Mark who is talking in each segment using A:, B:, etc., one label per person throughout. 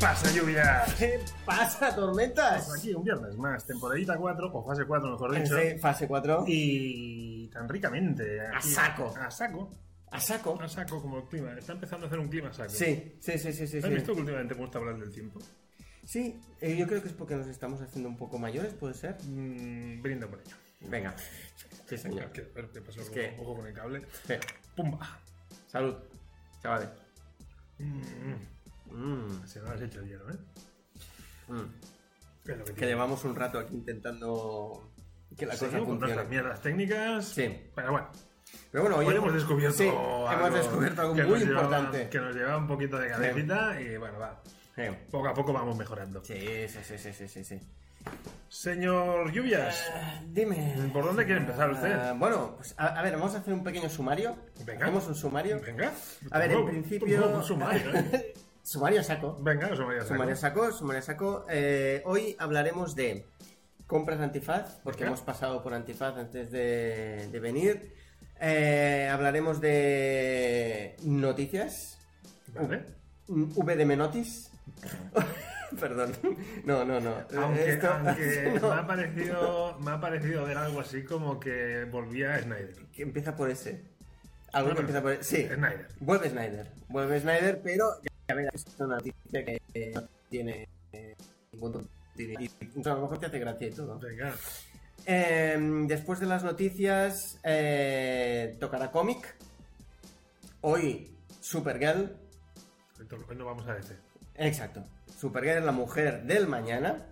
A: pasa, lluvia?
B: ¿Qué pasa, tormentas?
A: Estamos aquí un viernes más, temporadita 4, o fase 4 mejor dicho.
B: Fase, fase 4.
A: Y tan ricamente.
B: A saco.
A: A saco.
B: A saco.
A: A saco como el clima. Está empezando a hacer un clima a saco.
B: Sí, sí, sí, sí, sí.
A: ¿Has
B: sí.
A: visto que últimamente me gusta hablar del tiempo?
B: Sí, eh, yo creo que es porque nos estamos haciendo un poco mayores, ¿puede ser?
A: Mm, brindo por ello.
B: Venga. Sí, señor.
A: Que, pero te pasó
B: Es que-
A: ojo con el cable.
B: Venga,
A: ¡Pumba!
B: Salud, chavales.
A: Mm,
B: Mm,
A: se lo has hecho el hielo, ¿eh?
B: mm.
A: Es lo que
B: Que
A: tiene.
B: llevamos un rato aquí intentando que la cosa
A: Seguimos con nuestras
B: funcione.
A: mierdas técnicas.
B: Sí.
A: Pero bueno,
B: Pero bueno,
A: hoy, hemos descubierto
B: sí,
A: algo
B: hemos descubierto algo
A: que
B: muy
A: nos llevaba-
B: importante.
A: que nos llevaba un poquito de cabecita y bueno, va.
B: Eh,
A: Poco a poco vamos mejorando.
B: Sí, sí, sí, sí, sí, sí, sí.
A: Señor Lluvias,
B: Ah, Dime.
A: ¿por dónde quiere empezar
B: Ah,
A: usted?
B: bueno, pues a, a ver, vamos a hacer un pequeño sumario.
A: Venga.
B: Hacemos un sumario.
A: Venga.
B: eh, A ver, en
A: Toma-
B: principio-
A: toma un sumario, ¿eh?
B: Sumario saco.
A: Venga, sumario. saco.
B: Sumario saco, sumario saco. Eh, hoy hablaremos de compras de antifaz, porque
A: Venga.
B: hemos pasado por antifaz antes de, de venir. Eh, hablaremos de noticias.
A: Vale.
B: Mm, VDM Notis. Perdón. No, no, no.
A: Aunque,
B: Uh, Esto-
A: aunque
B: no,
A: me, ha parecido, me ha parecido ver algo así como que volvía Snyder.
B: Que empieza por ese. Algo que
A: Bueno,
B: empieza por ese. Sí.
A: Snyder.
B: Vuelve Snyder. Vuelve Snyder, pero ya verás, es una noticia que eh, no tiene eh, ningún contenido. Y, o sea, a lo mejor te hace gracia y todo.
A: Venga.
B: Eh, después de las noticias, eh, tocará cómic. Hoy, Supergirl.
A: Entonces, hoy no vamos a decir.
B: Exacto. Supergirl, la mujer del mañana.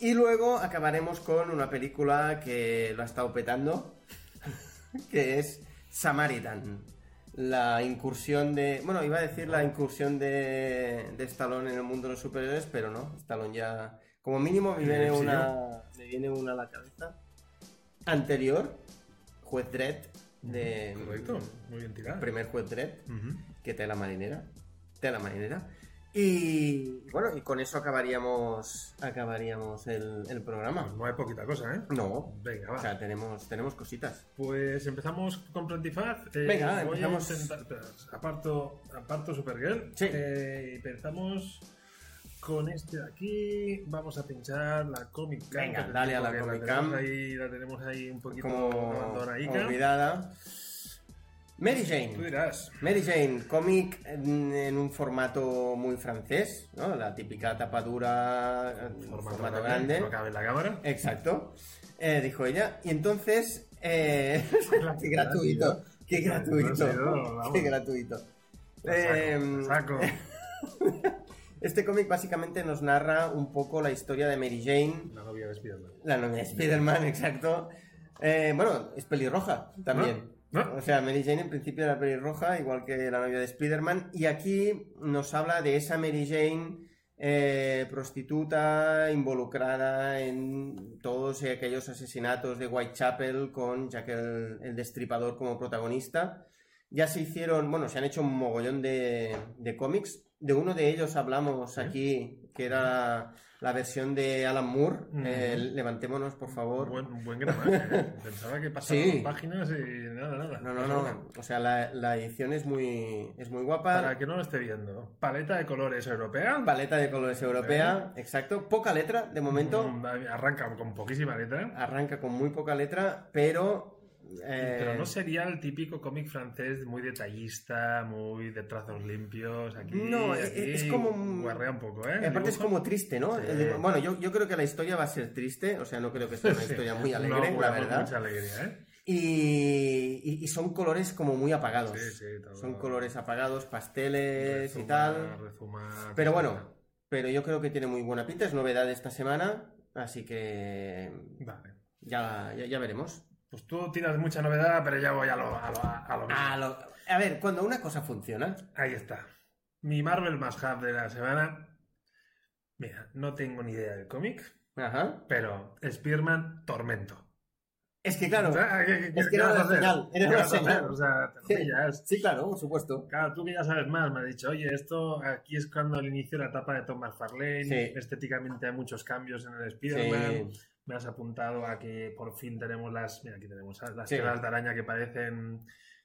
B: Y luego acabaremos con una película que lo ha estado petando, que es Samaritan. La incursión de... Bueno, iba a decir la incursión de, de Stallone en el mundo de los superhéroes, pero no. Stallone ya... Como mínimo me
A: ¿En el
B: viene,
A: MCU?
B: una, me viene una a la cabeza. Anterior, juez Dredd, de...
A: Correcto. Muy bien tirado.
B: Primer juez Dredd
A: Ujú.
B: que tela marinera. Tela marinera. Y bueno, y con eso acabaríamos acabaríamos el,
A: Pues
B: el programa.
A: no hay poquita cosa, ¿eh?
B: No,
A: Venga,
B: o
A: va.
B: sea, tenemos, tenemos cositas.
A: Pues empezamos con Plantifaz. Eh,
B: Venga,
A: voy a
B: empezamos.
A: intentar- espera, aparto, aparto Supergirl.
B: Sí.
A: Eh, y empezamos con este de aquí. Vamos a pinchar la Comic Cam.
B: Venga,
A: que
B: dale a la
A: tenemos-
B: Comic
A: tenemos
B: Cam.
A: Ahí, la tenemos ahí un poquito
B: Como
A: abandonadica.
B: olvidada. Mary
A: Tú
B: Jane.
A: dirás.
B: Mary Jane, cómic en, en un formato muy francés, ¿no? La típica tapa dura, eh, formato, grande.
A: No cabe en la cámara.
B: Exacto, eh, dijo ella. Y entonces, eh, qué gratuito, qué gratuito,
A: No sé, no, vamos.
B: qué gratuito.
A: La saco,
B: Eh,
A: la saco.
B: Este cómic básicamente nos narra un poco la historia de Mary Jane,
A: La novia de Spiderman.
B: la novia de Spider-Man, exacto. Eh, bueno, es pelirroja también.
A: ¿No? ¿No?
B: O sea, Mary Jane en principio era pelirroja, igual que la novia de Spider-Man. Y aquí nos habla de esa Mary Jane eh, prostituta involucrada en todos aquellos asesinatos de Whitechapel con Jack el, el Destripador como protagonista. Ya se hicieron, bueno, se han hecho un mogollón de, de cómics. De uno de ellos hablamos aquí, que era la versión de Alan Moore. Eh,
A: Ujú.
B: levantémonos, por favor.
A: Buen, buen gramaje. ¿eh? Pensaba que pasaban
B: Sí.
A: páginas y nada, nada.
B: No, no, no. O sea, la, la edición es muy, es muy guapa.
A: Para que no lo esté viendo. Paleta de colores europea.
B: Paleta de colores europea, exacto. Poca letra, de momento.
A: ¿Eh? Mm, Arranca con poquísima letra.
B: Arranca con muy poca letra, pero... eh,
A: Pero no sería el típico cómic francés muy detallista, muy de trazos limpios. Aquí,
B: No, es-
A: aquí,
B: es como un-
A: Guarrea un poco, ¿eh?
B: y Aparte es
A: Dibujo.
B: como triste, ¿no?
A: Sí.
B: Eh, Bueno, yo, yo creo que la historia va a ser triste, o sea, no creo que sea una
A: Sí.
B: historia muy
A: No,
B: alegre,
A: bueno,
B: la
A: Mucha
B: verdad.
A: alegría, ¿eh?
B: Y, y- y son colores como muy apagados.
A: Sí, sí, todo.
B: Son colores apagados, pasteles y
A: Rezuma,
B: tal.
A: rezuma, rezuma.
B: Pero bueno, pero yo creo que tiene muy buena pinta, es novedad esta semana, así que
A: Vale.
B: ya, ya, ya veremos.
A: Pues tú tiras mucha novedad, pero ya voy a lo, a lo, a lo mismo.
B: A, lo- a ver, cuando una cosa funciona,
A: Ahí está. Mi Marvel más hub de la semana. Mira, no tengo ni idea del cómic,
B: ajá.
A: pero Spearman Tormento.
B: Es que claro,
A: O sea, ¿qué- qué-
B: es
A: qué
B: que era
A: vas a
B: una
A: hacer?
B: señal,
A: ¿Qué
B: era una
A: vas a hacer?
B: señal.
A: O sea, te lo
B: Sí.
A: pillas.
B: Sí, claro, por supuesto.
A: Claro, tú que ya sabes más, me ha dicho, oye, esto aquí es cuando al inicio la etapa de Thomas Farlane,
B: Sí.
A: estéticamente hay muchos cambios en el
B: Eh,
A: Spider-Man,
B: Sí,
A: me has apuntado a que por fin tenemos las, mira, aquí tenemos las
B: Sí.
A: telas de araña que parecen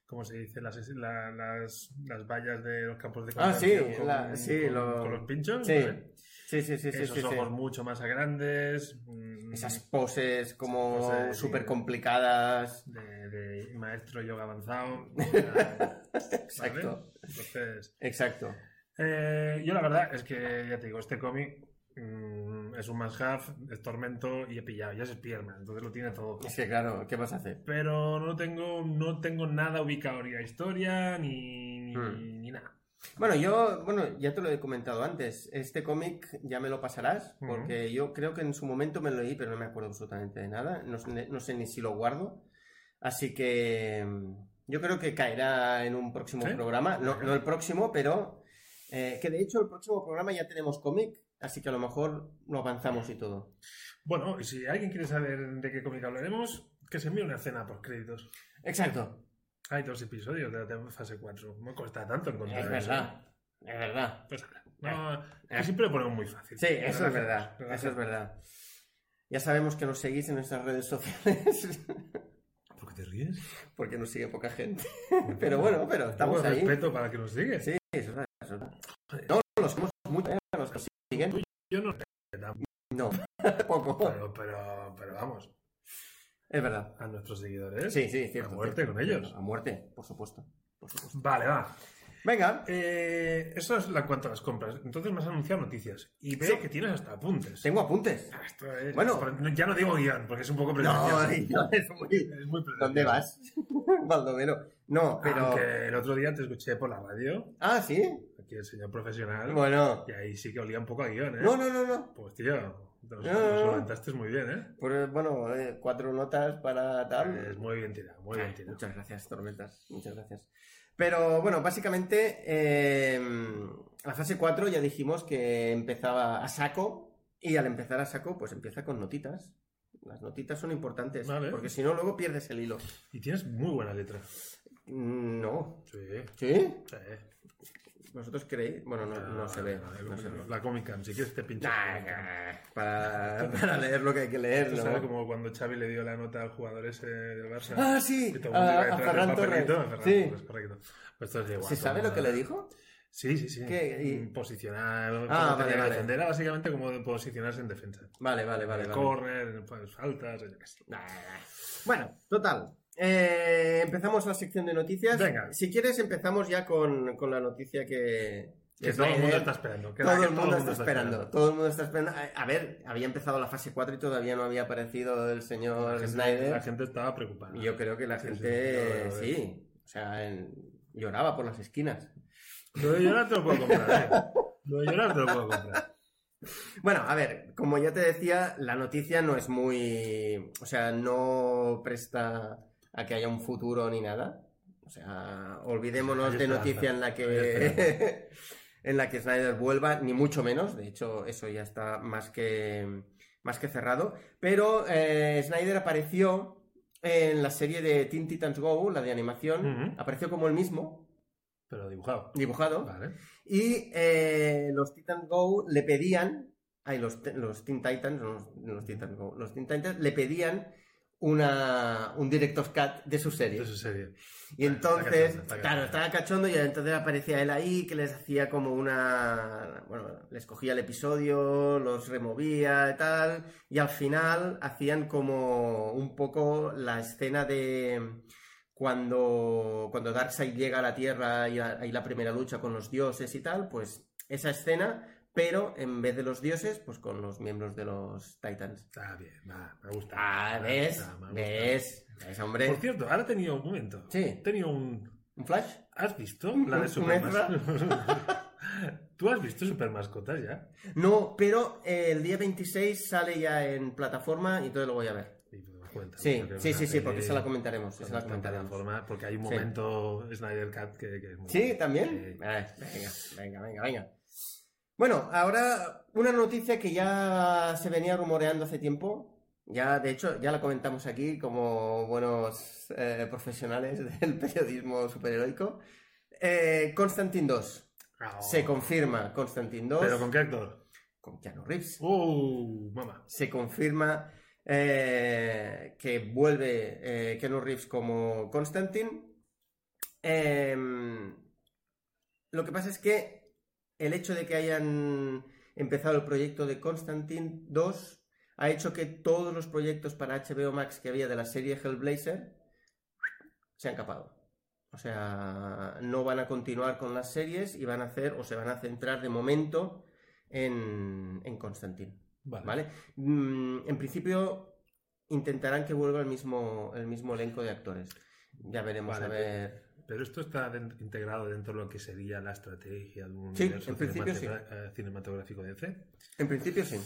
A: ¿Cómo se dice? Las, la- las, las vallas de los campos de
B: Ah, sí,
A: concentración
B: la- sí,
A: con,
B: lo-
A: con los pinchos.
B: Sí,
A: no sé.
B: sí, sí, sí, sí,
A: Esos
B: sí, sí.
A: ojos mucho más grandes. mm,
B: Esas poses como
A: Esas poses, sí.
B: súper complicadas.
A: de, de maestro yoga avanzado. o sea, ¿vale?
B: Exacto,
A: Entonces,
B: exacto.
A: eh, yo la verdad es que ya te digo, este cómic mm, es un must-have, es tormento y he pillado, ya es Spiderman, entonces lo tiene todo.
B: Es que claro, ¿qué vas a hacer?
A: Pero no tengo, no tengo nada ubicado ni la historia ni, ni,
B: Hmm.
A: ni nada.
B: Bueno, yo, bueno, ya te lo he comentado antes. Este cómic ya me lo pasarás,
A: Ujú.
B: porque yo creo que en su momento me lo leí, pero no me acuerdo absolutamente de nada. No, sé- no sé ni si lo guardo. Así que mm, yo creo que caerá en un próximo
A: ¿Sí?
B: programa. No, no el próximo, pero eh, que de hecho el próximo programa ya tenemos cómic, así que a lo mejor lo avanzamos y todo.
A: Bueno, y si alguien quiere saber de qué cómic hablaremos, que se envíe una escena por créditos.
B: Exacto.
A: Hay dos episodios de la tem- fase 4. Me cuesta tanto encontrar
B: Es
A: eso.
B: verdad. Es verdad.
A: Pues nada, no, que siempre lo ponemos muy fácil.
B: Sí, eso es verdad.
A: Gracias.
B: Eso es verdad. Ya sabemos que nos seguís en nuestras redes sociales.
A: ¿Por qué te ríes?
B: porque nos sigue poca gente. Pero bueno, pero estamos
A: Estamos
B: ahí.
A: respeto para que nos sigues.
B: Sí, eso es verdad, eso es verdad. No, los somos mucho, ¿eh? Los que siguen.
A: Yo no respetamos,
B: No, poco.
A: pero, pero, pero vamos,
B: Es verdad.
A: a nuestros seguidores.
B: Sí, sí, cierto.
A: A muerte
B: cierto,
A: con
B: cierto.
A: ellos.
B: A muerte, por supuesto. Por supuesto.
A: Vale, va.
B: Venga.
A: Eh, eso es la cuanto a las compras. Entonces me has anunciado noticias. Y veo
B: Sí.
A: que tienes hasta apuntes. Ah,
B: Tengo apuntes.
A: Esto es-
B: Bueno.
A: pero no- ya no digo guión, porque es un poco
B: No,
A: pretencioso.
B: no, es muy-
A: Es muy pretencioso.
B: ¿Dónde vas? Baldomero. No, pero.
A: Aunque el otro día te escuché por la radio,
B: Ah, sí.
A: aquí el señor profesional,
B: Bueno.
A: y ahí sí que olía un poco a guión, ¿eh?
B: No, no, no, no.
A: Pues tío, nos,
B: No, no,
A: nos
B: no.
A: levantaste muy bien, ¿eh?
B: Por- bueno, eh, cuatro notas para tal.
A: Es muy bien tirado, muy bien
B: Ay,
A: tirado.
B: Muchas gracias, Tormentas. Muchas gracias. Pero bueno, básicamente eh, la fase 4 ya dijimos que empezaba a saco y al empezar a saco pues empieza con notitas. Las notitas son importantes
A: Vale.
B: porque si no luego pierdes el hilo.
A: Y tienes muy buena letra.
B: Mm, No.
A: Sí.
B: ¿Sí?
A: Sí.
B: ¿Vosotros creéis? Bueno, no, no
A: Ah,
B: se ve. no se ve.
A: La Comic Con, si quieres te pincho.
B: Nah, nah, para, para leer lo que hay que leer. ¿no?
A: ¿Sabes? Como cuando Xavi le dio la nota al jugador ese del Barça.
B: Ah, sí.
A: Que todo el mundo iba
B: A, a
A: detrás del
B: Ferran Torres.
A: papelito, a Ferran
B: Sí.
A: Torres, correcto. Pues esto es igual,
B: ¿Se sabe
A: como-
B: lo que le dijo?
A: Sí, sí, sí.
B: ¿Qué? Y-
A: Posicionar. cómo
B: Ah,
A: tenía
B: vale,
A: que
B: vale.
A: defender, Era básicamente como de posicionarse en defensa.
B: Vale, vale, vale. vale.
A: Correr, pues, faltas, yo qué sé.
B: Bueno, total. Eh, empezamos la sección de noticias.
A: Venga.
B: Si quieres, empezamos ya con, con la noticia que.
A: Que
B: es
A: todo el mundo
B: Snyder.
A: está esperando. que
B: Todo
A: la- que
B: el mundo está esperando. Todo el mundo está esperando. A- A ver, había empezado la fase 4 y todavía no había aparecido el
A: La
B: señor
A: gente- La
B: Snyder.
A: gente estaba preocupada.
B: Y Yo creo que la
A: Sí,
B: gente.
A: sí,
B: Sí, o sea, en- lloraba por las esquinas.
A: Lo de llorar te lo puedo comprar, eh. Lo de llorar te lo puedo comprar.
B: Bueno, a ver, como ya te decía, la noticia no es muy. O sea, no presta a que haya un futuro ni nada. O sea, olvidémonos
A: Hay
B: de
A: esperanza,
B: noticia en la
A: hay
B: que. en la que Snyder vuelva, ni mucho menos. De hecho, eso ya está más que. más que cerrado. Pero eh, Snyder apareció en la serie de Teen Titans Go, la de animación.
A: Ujú.
B: Apareció como el mismo,
A: Pero dibujado.
B: dibujado.
A: Vale.
B: Y eh, los Titan Go le pedían, ay, los, te- los Teen Titans, no, los- no los Titan Go, los Teen Titans le pedían una, un Director's Cut de su serie.
A: De su serie.
B: Y entonces,
A: está cachondo, está
B: claro,
A: cachondo.
B: estaba cachondo y entonces aparecía él ahí que les hacía como una... Bueno, les cogía el episodio, los removía y tal, y al final hacían como un poco la escena de cuando, cuando Darkseid llega a la Tierra y hay la primera lucha con los dioses y tal, pues esa escena, pero en vez de los dioses, pues con los miembros de los Titans.
A: Está bien, va, me gusta.
B: Ah,
A: Me
B: ¿ves?
A: gusta, me gusta.
B: ¿Ves? ¿Ves, hombre?
A: Por cierto, ahora he tenido un momento.
B: Sí.
A: He tenido un.
B: ¿Un flash?
A: ¿Has visto
B: Un-
A: la de
B: un
A: Supermascotas? ¿Tú has visto Supermascotas ya?
B: No, pero eh, el día 26 sale ya en plataforma y entonces lo voy a ver.
A: Y te das cuenta,
B: Sí,
A: porque es
B: sí,
A: una
B: sí, sí,
A: serie
B: porque se la comentaremos.
A: con
B: se la
A: una
B: comentaremos.
A: plataforma, porque hay un
B: Sí.
A: momento Snyder Cat que, que es muy
B: Sí,
A: bueno.
B: también.
A: Sí.
B: Ah, venga, venga, venga, venga. Bueno, ahora una noticia que ya se venía rumoreando hace tiempo. Ya, de hecho, ya la comentamos aquí como buenos eh, profesionales del periodismo superheroico. Eh, Constantine 2.
A: Ah,
B: Se confirma Constantine 2
A: ¿Pero con qué actor?
B: con Keanu Reeves.
A: ¡Uh! Mamá.
B: se confirma eh, que vuelve eh, Keanu Reeves como Constantine. Em, lo que pasa es que el hecho de que hayan empezado el proyecto de Constantine 2 ha hecho que todos los proyectos para HBO Max que había de la serie Hellblazer se han capado. O sea, no van a continuar con las series y van a hacer o se van a centrar de momento en, en Constantine.
A: Vale.
B: ¿Vale? Mm, en principio intentarán que vuelva el mismo, el mismo elenco de actores. Ya veremos
A: Vale.
B: a ver.
A: Pero esto está den- integrado dentro de lo que sería la estrategia de un
B: Sí,
A: universo
B: en principio sí.
A: cinematogra- eh, cinematográfico de DC.
B: En principio sí.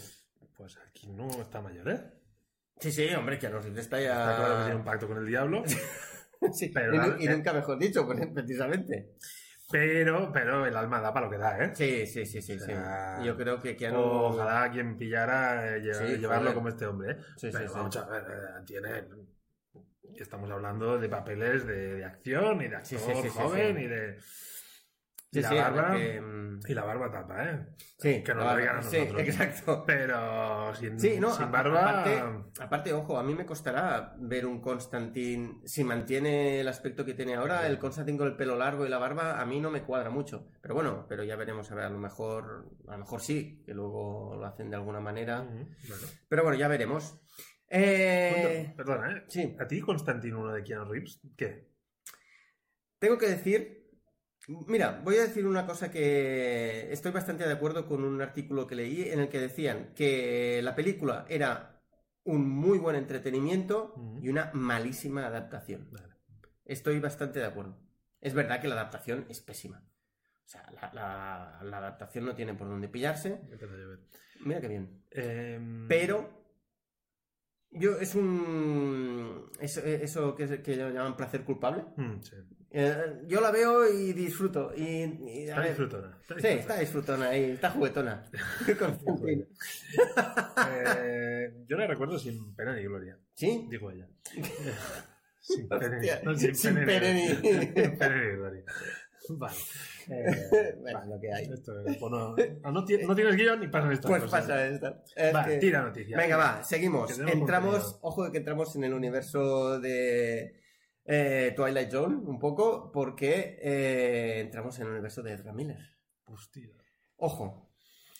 A: Pues aquí no está mayor, ¿eh?
B: Sí, sí, hombre, que a los libres está ya.
A: Está claro que tiene un pacto con el diablo.
B: Sí,
A: Pero
B: y,
A: la- eh,
B: nu- y nunca mejor dicho, pues, precisamente.
A: Pero, pero el alma da para lo que da, ¿eh?
B: Sí, sí, sí, sí, sí.
A: Ah.
B: Yo creo que Keanu...
A: Ojalá quien pillara eh, lle-
B: Sí,
A: llevarlo
B: joder.
A: como este hombre, ¿eh?
B: Sí, sí,
A: Pero
B: sí.
A: vamos a ver, eh, tiene. Estamos hablando de papeles de, de acción y de
B: Sí,
A: actor
B: sí, sí, sí,
A: joven
B: sí.
A: y de. y
B: Sí,
A: la
B: sí, a ver
A: barba.
B: que, mm,
A: Y la barba tapa, ¿eh?
B: sí,
A: que nos
B: la
A: lo digan
B: barba.
A: a
B: Sí,
A: nosotros.
B: exacto.
A: Pero sin,
B: Sí, no,
A: sin
B: a-
A: barba. mm,
B: aparte- Aparte, ojo, a mí me costará ver un Constantine. Si mantiene el aspecto que tiene ahora, el Constantine con el pelo largo y la barba, a mí no me cuadra mucho. Pero bueno, pero ya veremos, a ver, a lo mejor, a lo mejor sí, que luego lo hacen de alguna manera.
A: Ujú, bueno.
B: Pero bueno, ya veremos. Eh,
A: Bueno, Perdona, ¿eh?
B: sí.
A: ¿A ti, Constantino, uno de Keanu Reeves? ¿Qué?
B: Tengo que decir, mira, voy a decir una cosa que estoy bastante de acuerdo con un artículo que leí en el que decían que la película era un muy buen entretenimiento
A: Ujú.
B: y una malísima adaptación.
A: Vale.
B: Estoy bastante de acuerdo. Es verdad que la adaptación es pésima. O sea, la, la- la adaptación no tiene por dónde pillarse.
A: Empieza Mm. a llover.
B: Mira qué bien.
A: Em,
B: Pero yo es un... Eso, eso que, que llaman placer culpable.
A: Mm, sí.
B: Eh, yo la veo y disfruto. Y, y, a
A: Está
B: ver,
A: disfrutona. está
B: Sí,
A: disfrutona.
B: está disfrutona ahí, está juguetona. Constantino.
A: Eh, yo la recuerdo sin pena ni gloria,
B: ¿Sí?
A: dijo ella. sin pena, ni-
B: Hostia,
A: no,
B: sin pena ni-
A: sin pena ni gloria. Vale. Eh,
B: Bueno,
A: vale.
B: lo que hay.
A: Esto es, bueno, no, ti- no tienes guión ni pasan estas
B: Pues
A: cosas.
B: pasa esta. Es
A: Vale,
B: que-
A: tira noticia.
B: Venga, va, seguimos.
A: Que tenemos
B: Entramos,
A: contenido.
B: ojo de que entramos en el universo de eh, Twilight Zone un poco, porque eh, entramos en el universo de Ezra Miller.
A: Hostia.
B: Ojo,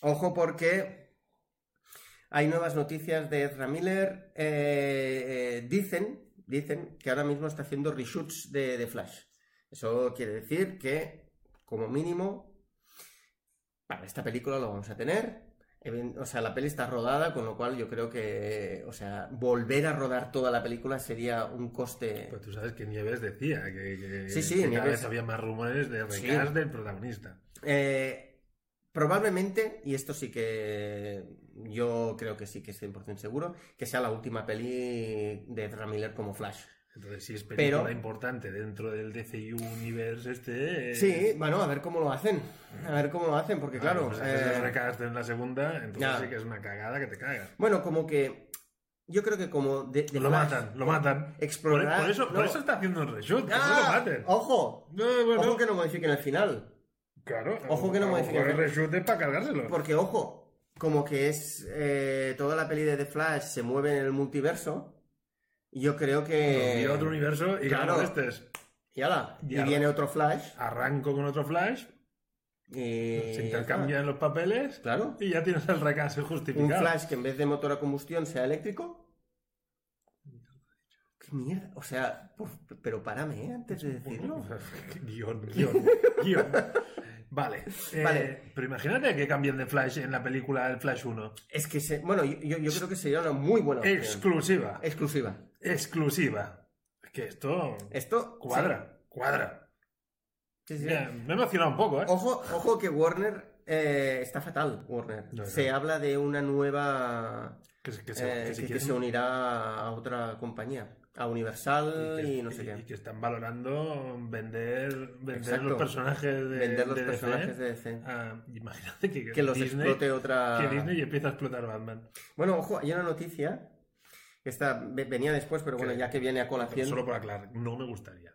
B: ojo porque hay nuevas noticias de Ezra Miller. eh, eh, dicen, dicen que ahora mismo está haciendo reshoots de, de Flash. Eso quiere decir que, como mínimo, para esta película lo vamos a tener. Even- O sea, la peli está rodada, con lo cual yo creo que, o sea, volver a rodar toda la película sería un coste.
A: Pero Pues tú sabes que Nieves decía que, que-
B: Sí, sí,
A: que cada
B: Nieves.
A: vez había más rumores de
B: Sí.
A: recast del protagonista.
B: Eh, probablemente, y esto sí que yo creo que sí que es 100% seguro, que sea la última peli de Ezra Miller como Flash.
A: Entonces, si es película
B: Pero-
A: importante dentro del DCU Universe este... eh,
B: Sí, bueno, a ver cómo lo hacen. A ver cómo lo hacen, porque claro...
A: pues haces
B: eh,
A: el recast en la segunda, entonces
B: ya.
A: sí que es una cagada que te cagas.
B: bueno, como que... Yo creo que como... De, de
A: Lo
B: Flash
A: matan, lo matan. Por, e-
B: Explorar...
A: por eso, por
B: no.
A: eso está haciendo un reshoot, que
B: ¡Ah!
A: no lo maten.
B: ¡Ojo!
A: No, bueno,
B: Ojo que no modifiquen el final.
A: claro,
B: ojo que no
A: a lo
B: modifiquen.
A: mejor El reshoot es para cargárselo.
B: Porque, ojo, como que es. eh, toda la peli de The Flash se mueve en el multiverso. y Yo creo que.
A: Y otro universo y
B: claro.
A: claro. este es,
B: Y ala, y
A: Ya.
B: viene otro Flash.
A: arranco con otro Flash,
B: Y...
A: se intercambian los papeles
B: Claro.
A: y ya tienes el recast justificado.
B: Eh, Un Flash que en vez de motor a combustión sea eléctrico. ¿Qué mierda? O sea, por- pero párame, ¿eh? Antes de decirlo.
A: Guión, guión, guión. Vale. eh,
B: Vale.
A: Pero imagínate que cambien de Flash en la película El Flash 1.
B: Es que se. Bueno, yo, yo- yo creo que sería una muy buena opción.
A: Exclusiva.
B: Exclusiva.
A: Exclusiva. Es que esto
B: Esto.
A: cuadra, cuadra.
B: Sí, Oh, sí, sí.
A: Mira, me he emocionado un poco, ¿eh?
B: Ojo, ojo que Warner eh, está fatal, Warner.
A: No, no.
B: Se habla de una nueva
A: Que, se- que
B: eh,
A: se- que
B: que,
A: si
B: que
A: quieren-
B: se unirá a otra compañía, a Universal y,
A: que-
B: no sé
A: y-
B: qué.
A: y que están valorando vender, vender
B: Exacto.
A: los personajes de
B: Vender los
A: de DC.
B: personajes de DC.
A: Ah, imagínate que,
B: que los
A: Disney,
B: explote otra.
A: que Disney empieza a explotar Batman.
B: Bueno, ojo, hay una noticia. que Esta ve- venía después, pero bueno,
A: Que-
B: ya que viene a colación.
A: Solo por aclarar, no me gustaría.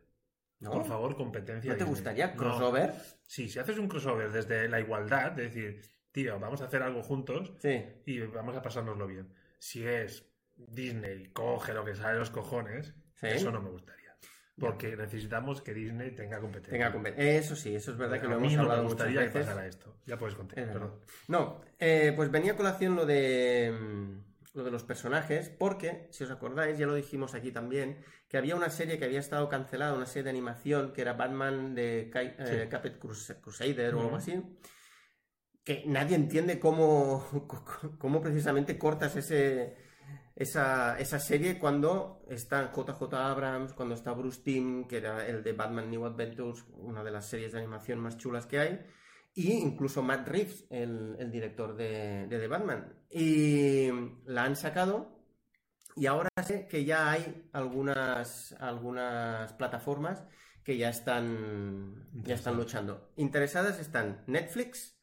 B: ¿No?
A: Por favor, competencia.
B: ¿No te
A: Disney.
B: gustaría
A: No.
B: crossover?
A: Sí, si haces un crossover desde la igualdad, de decir, tío, vamos a hacer algo juntos
B: Sí.
A: y vamos a pasárnoslo bien. Si es Disney, coge lo que sale de los cojones,
B: Sí.
A: eso no me gustaría. Porque necesitamos que Disney tenga competencia.
B: Tenga compet- Eso sí, eso es verdad que lo
A: a
B: hemos
A: mí no
B: hablado
A: me
B: muchas
A: gustaría que
B: veces.
A: pasara esto. Ya puedes contar,
B: Es verdad.
A: perdón.
B: No, eh, pues venía a colación lo de mm, lo de los personajes, porque, si os acordáis, ya lo dijimos aquí también, que había una serie que había estado cancelada, una serie de animación, que era Batman de Kai- eh,
A: Sí.
B: Caped Crus- Crusader o
A: Ujú.
B: algo así, que nadie entiende cómo, cómo precisamente cortas ese, esa, esa serie cuando está JJ Abrams, cuando está Bruce Timm, que era el de Batman New Adventures, una de las series de animación más chulas que hay, y incluso Matt Reeves, el, el director de, de The Batman. Y la han sacado y ahora sé que ya hay algunas, algunas plataformas que ya están, ya están luchando. Interesadas están Netflix,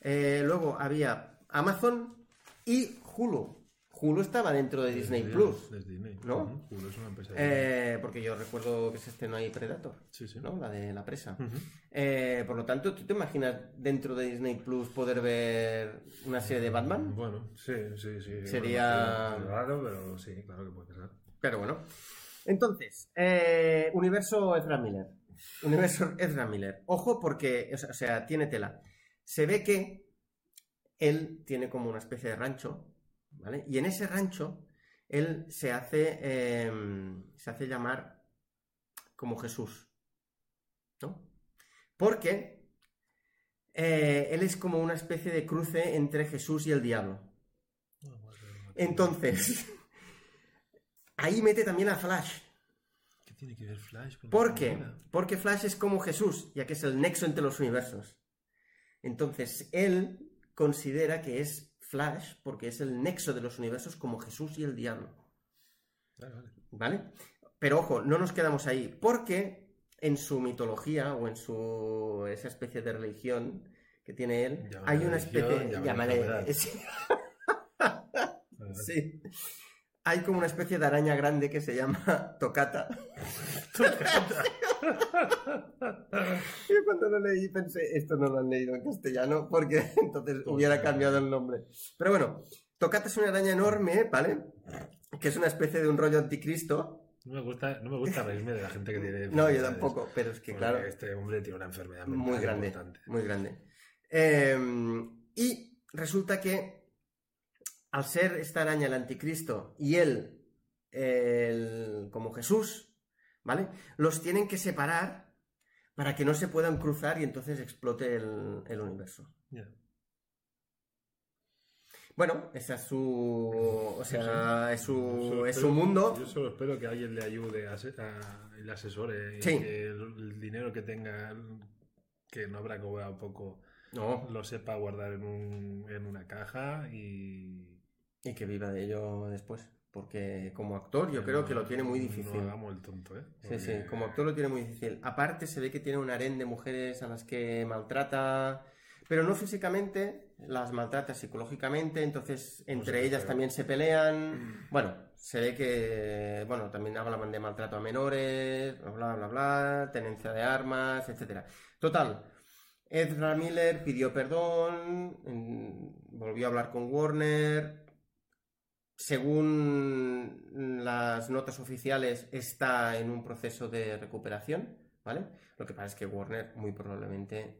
B: eh, luego había Amazon y Hulu. Hulu estaba dentro de Disney
A: Desde-
B: Plus.
A: desde Disney.
B: ¿No?
A: Ujú. Hulu es una empresa. de-
B: Eh, porque yo recuerdo que se estrenó ahí Predator,
A: sí, sí.
B: ¿no? La de la presa.
A: Ujú.
B: Eh, por lo tanto, ¿tú te imaginas dentro de Disney Plus poder ver una serie de Batman?
A: Bueno, sí, sí, sí.
B: Sería-
A: Bueno, raro, pero sí, claro que puede pasar.
B: Pero bueno. Entonces, eh, universo Ezra Miller. Universo Ezra Miller. Ojo porque, o sea- o sea, tiene tela. Se ve que él tiene como una especie de rancho, ¿vale? Y en ese rancho él se hace, eh, se hace llamar como Jesús, ¿no? Porque eh, él es como una especie de cruce entre Jesús y el diablo. Entonces, ahí mete también a Flash.
A: ¿Qué tiene que ver Flash con la
B: ¿Por qué?
A: película?
B: Porque Flash es como Jesús, ya que es el nexo entre los universos. Entonces, él considera que es Flash porque es el nexo de los universos como Jesús y el diablo.
A: Vale, vale.
B: ¿Vale? Pero ojo, no nos quedamos ahí, porque en su mitología o en su esa especie de religión que tiene él,
A: Llámale
B: hay una
A: religión,
B: especie
A: llámale enfermedad.
B: llámale, sí,
A: Vale, vale.
B: sí. Hay como una especie de araña grande que se llama Tocata. Yo cuando lo leí pensé, esto no lo han leído en castellano, porque entonces hubiera cambiado el nombre. Pero bueno, Tocata es una araña enorme, ¿vale? Que es una especie de un rollo anticristo.
A: No me gusta, no me gusta reírme de la gente que tiene.
B: No, yo
A: enfermedades,
B: tampoco, pero es que
A: porque
B: claro.
A: Este hombre tiene una enfermedad mental
B: Muy grande,
A: importante.
B: muy grande. Eh, y resulta que al ser esta araña el anticristo y él el- como Jesús, ¿vale? Los tienen que separar para que no se puedan cruzar y entonces explote el, el universo.
A: Ya.
B: Bueno, esa es su, o sea, es su,
A: Yo
B: es su
A: espero-
B: mundo.
A: Yo solo espero que alguien le ayude a, se- a- y le asesore y
B: Sí.
A: que el, el dinero que tenga, que no habrá cobrado poco,
B: No,
A: lo sepa guardar en, un- en una caja y.
B: y que viva de ello después, porque como actor yo
A: que
B: creo
A: no-
B: que lo tiene muy difícil.
A: No hagamos el tonto, ¿eh?
B: Sí, sí,
A: Porque-
B: como actor lo tiene muy difícil. Aparte se ve que tiene un harén de mujeres a las que maltrata, pero no físicamente, las maltrata psicológicamente, entonces entre
A: Hostia,
B: ellas
A: pero-
B: también se pelean. Bueno, se ve que, bueno, también hablaban de maltrato a menores, bla, bla, bla, bla, tenencia de armas, etcétera. Total, Ezra Miller pidió perdón, mm, volvió a hablar con Warner. Según las notas oficiales, está en un proceso de recuperación, ¿vale? Lo que pasa es que Warner muy probablemente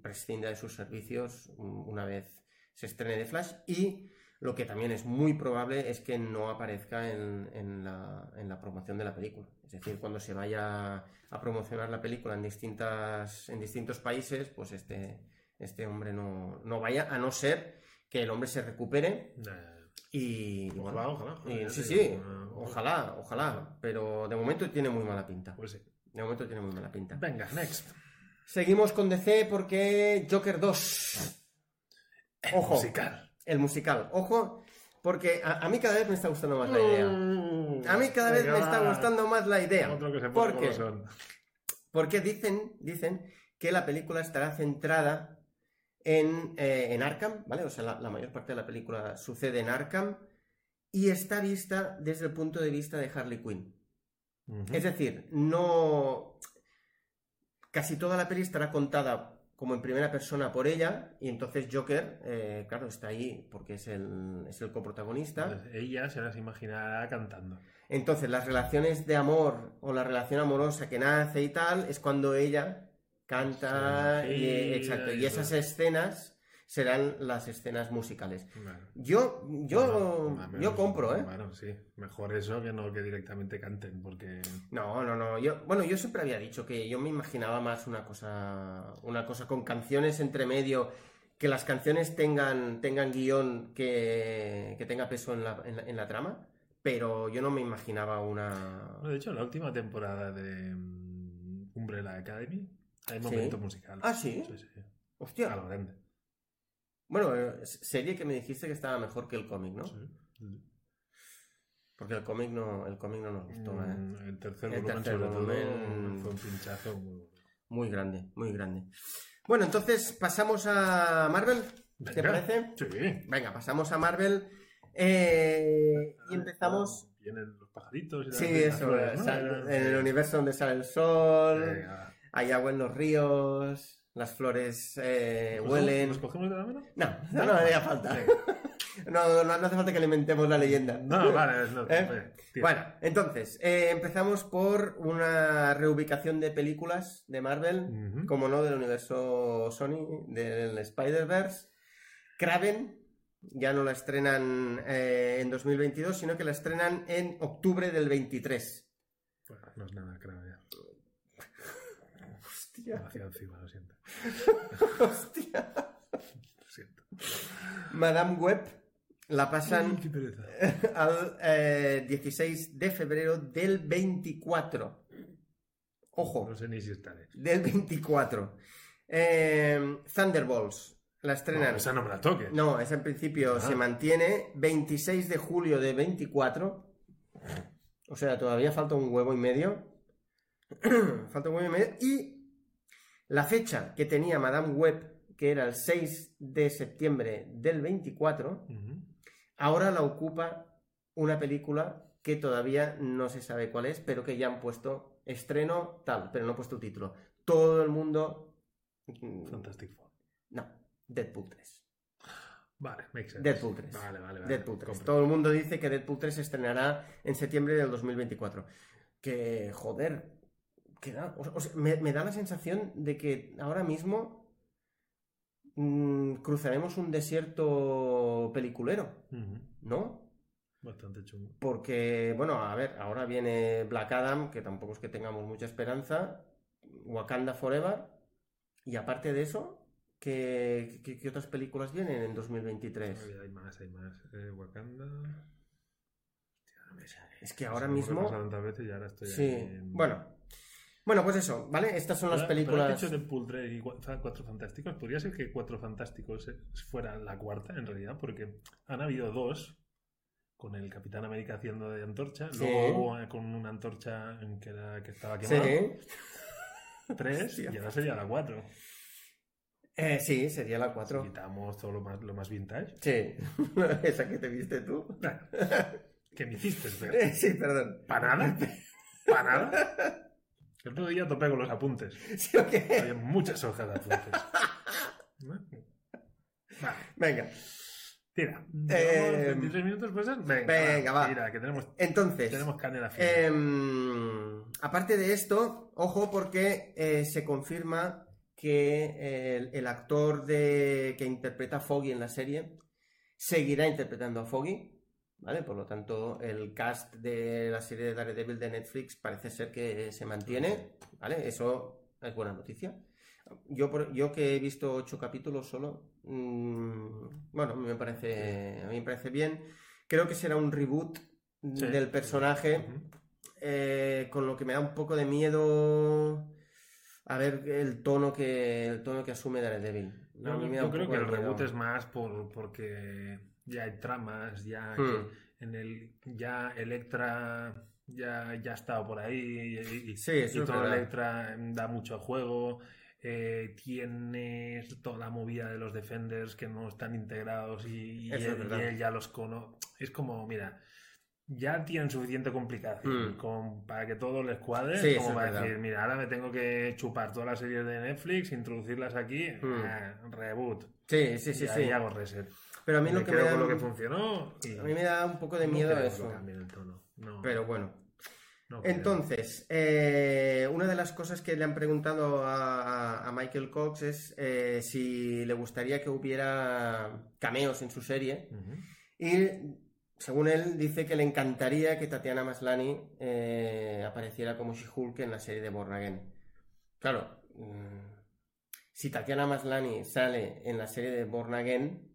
B: prescinda de sus servicios un- una vez se estrene de Flash y lo que también es muy probable es que no aparezca en, en la, en la promoción de la película. Es decir, cuando se vaya a promocionar la película en, distintas, en distintos países, pues este, este hombre no, no vaya, a no ser que el hombre se recupere
A: Nah,
B: y... y
A: ojalá,
B: bueno,
A: ojalá.
B: y-
A: joder,
B: sí,
A: ya te
B: sí,
A: digo, ah,
B: ojalá, ojalá, pero de momento tiene muy mala pinta.
A: Pues sí.
B: De momento tiene muy mala pinta.
A: Venga, next.
B: Seguimos con DC porque Joker 2. Ojo,
A: Musical.
B: el musical. Ojo, porque a, a mí cada vez me está gustando más la idea. A mí cada vez
A: Venga,
B: me está
A: va.
B: gustando más la idea.
A: Mm. Otro que se pone
B: ¿Por
A: como
B: qué?
A: son.
B: Porque dicen, dicen que la película estará centrada en, eh, en Arkham, ¿vale? O sea, la, la mayor parte de la película sucede en Arkham y está vista desde el punto de vista de Harley Quinn.
A: Ujú.
B: Es decir, no. Casi toda la peli estará contada como en primera persona por ella, y entonces Joker, eh, claro, está ahí porque es el, es el coprotagonista.
A: Entonces, ella se las imaginará cantando.
B: Entonces, las relaciones de amor o la relación amorosa que nace y tal es cuando ella canta.
A: Sí,
B: y,
A: sí,
B: exacto. Y
A: eso.
B: esas escenas serán las escenas musicales.
A: Bueno.
B: Yo, yo,
A: Bueno, más o menos.
B: yo compro, ¿eh?
A: Bueno, sí. Mejor eso que no que directamente canten, porque.
B: No, no, no. Yo, bueno, yo siempre había dicho que yo me imaginaba más una cosa, una cosa con canciones entre medio, que las canciones tengan, tengan guión que, que tenga peso en la, en, la, en la trama, pero yo no me imaginaba una.
A: Bueno, de hecho, la última temporada de mm, Umbrella Academy hay
B: Sí.
A: momento musical.
B: Ah, sí.
A: Sí, sí. A
B: Hostia.
A: lo grande.
B: Bueno, eh, serie que me dijiste que estaba mejor que el cómic, ¿no?
A: Sí.
B: Porque el cómic no, el cómic no nos gustó. ¿eh?
A: Mm, El tercer
B: El
A: volumen,
B: tercer
A: sobre
B: volumen.
A: todo, fue un pinchazo muy bueno.
B: Muy grande, muy grande. Bueno, entonces pasamos a Marvel. ¿Te
A: Venga.
B: parece?
A: Sí.
B: Venga, pasamos a Marvel. eh, y empezamos.
A: Vienen los pajaritos. y
B: Sí,
A: las- las
B: eso,
A: flores, ¿no?
B: o sea,
A: Era-
B: en el universo donde sale el sol,
A: Venga.
B: hay agua en los ríos, las flores eh,
A: ¿Nos
B: huelen.
A: ¿Nos cogemos de la mano?
B: No, no, no haría falta. No, no, no hace falta que alimentemos la leyenda.
A: No, vale, no.
B: ¿Eh?
A: vale, tío.
B: Bueno, entonces, eh, empezamos por una reubicación de películas de Marvel,
A: Ujú.
B: como no, del universo Sony, del Spider-Verse. Kraven, ya no la estrenan eh, en 2022, sino que la estrenan en octubre del 23.
A: Bueno, no es nada grave.
B: Hostia,
A: Hacia encima, lo siento.
B: hostia.
A: Lo siento.
B: Madame Web la
A: Ay,
B: pasan
A: qué pereza.
B: al eh, 16 de febrero del 24. Ojo,
A: No sé ni si estaré.
B: del 24. Eh, Thunderbolts la estrenan.
A: No, esa no me la toques.
B: No, esa en principio
A: Ah.
B: se mantiene. 26 de julio de 24. O sea, todavía falta un huevo y medio. falta un huevo y medio. Y la fecha que tenía Madame Web, que era el 6 de septiembre del 24,
A: Ujú.
B: ahora la ocupa una película que todavía no se sabe cuál es, pero que ya han puesto estreno tal, pero no han puesto título. Todo el mundo... mm,
A: Fantastic Four.
B: No, Deadpool 3.
A: Vale, makes sense.
B: Deadpool 3.
A: Vale, vale, vale.
B: Deadpool 3.
A: Compro.
B: Todo el mundo dice que Deadpool 3 se estrenará en septiembre del 2024. Que, joder, que da- o- o sea, me, me da la sensación de que ahora mismo mm, cruzaremos un desierto peliculero,
A: Ujú.
B: ¿no?
A: Bastante chungo.
B: Porque, bueno, a ver, ahora viene Black Adam, que tampoco es que tengamos mucha esperanza, Wakanda Forever, y aparte de eso, ¿qué, qué- qué otras películas vienen en 2023?
A: Hay más, hay más. Eh, Wakanda. Hostia, no me sale.
B: Es que ahora
A: Se me ocurre
B: mismo...
A: pasar tantas veces y ahora estoy
B: Sí,
A: aquí en-
B: bueno. Bueno, pues eso, ¿vale? Estas son las
A: Pero- pero has
B: películas.
A: dicho Deadpool 3 y cua- fa- Cuatro Fantásticos. Podría ser que Cuatro Fantásticos eh, fuera la cuarta, en realidad, porque han habido dos con el Capitán América haciendo de antorcha,
B: Sí.
A: luego hubo, eh, con una antorcha en que, era, que estaba
B: Sí,
A: quemada, tres,
B: Hostia.
A: y ahora sería la cuatro.
B: Eh, sí, sería la
A: Si
B: 4.
A: Quitamos todo lo más, lo más vintage.
B: Sí, esa que te viste tú.
A: ¿Qué me hiciste, Fer?
B: Eh, sí, perdón.
A: ¿Para nada? ¿Para nada? El otro día topé con los apuntes.
B: ¿Sí o qué?
A: Había muchas hojas de apuntes. ¿No? Vale.
B: Venga,
A: Tira.
B: Eh,
A: ¿Llevamos 23 minutos pasan? Venga,
B: venga, va.
A: Tira, que tenemos,
B: entonces.
A: tenemos canela fina.
B: Eh, em, aparte de esto, ojo porque eh, se confirma que eh, el, el actor de, que interpreta a Foggy en la serie seguirá interpretando a Foggy. ¿Vale? Por lo tanto, el cast de la serie de Daredevil de Netflix parece ser que se mantiene. ¿Vale? Eso es buena noticia. Yo, por- yo que he visto ocho capítulos solo, mm, bueno, me parece, a mí me parece bien. Creo que será un reboot
A: Sí.
B: del personaje,
A: Ujú.
B: eh, con lo que me da un poco de miedo a ver el tono que, el tono que asume Daredevil.
A: Yo,
B: A mí me da
A: yo
B: un
A: creo
B: poco
A: que
B: de
A: el
B: miedo.
A: reboot es más por, porque ya hay tramas, ya
B: Hmm.
A: en el ya Electra ya, ya ha estado por ahí y, y-
B: Sí, eso
A: y
B: es
A: todo
B: verdad.
A: Electra mm, da mucho juego. Eh, tienes toda la movida de los Defenders que no están integrados y, y
B: Eso es
A: él, y
B: verdad.
A: él ya los cono. Es como, mira, ya tienen suficiente complicación
B: Mm.
A: con- para que todo les cuadre.
B: Sí, eso
A: como
B: es
A: para
B: verdad.
A: decir, mira, ahora me tengo que chupar todas las series de Netflix, introducirlas aquí,
B: Mm.
A: ah, reboot.
B: Sí, sí, sí,
A: y
B: sí.
A: ahí hago reset.
B: Pero a mí
A: me
B: lo que me
A: quedo
B: da,
A: con lo que funcionó y
B: a mí me da un poco de
A: no
B: miedo
A: creo que
B: eso.
A: cambien el tono. No,
B: Pero bueno.
A: no creo.
B: Entonces, eh, una de las cosas que le han preguntado a, a- a Michael Cox es eh, si le gustaría que hubiera cameos en su serie.
A: Ujú.
B: Y según él, dice que le encantaría que Tatiana Maslani eh, apareciera como She-Hulk en la serie de Born Again. Claro, mm, si Tatiana Maslani sale en la serie de Born Again,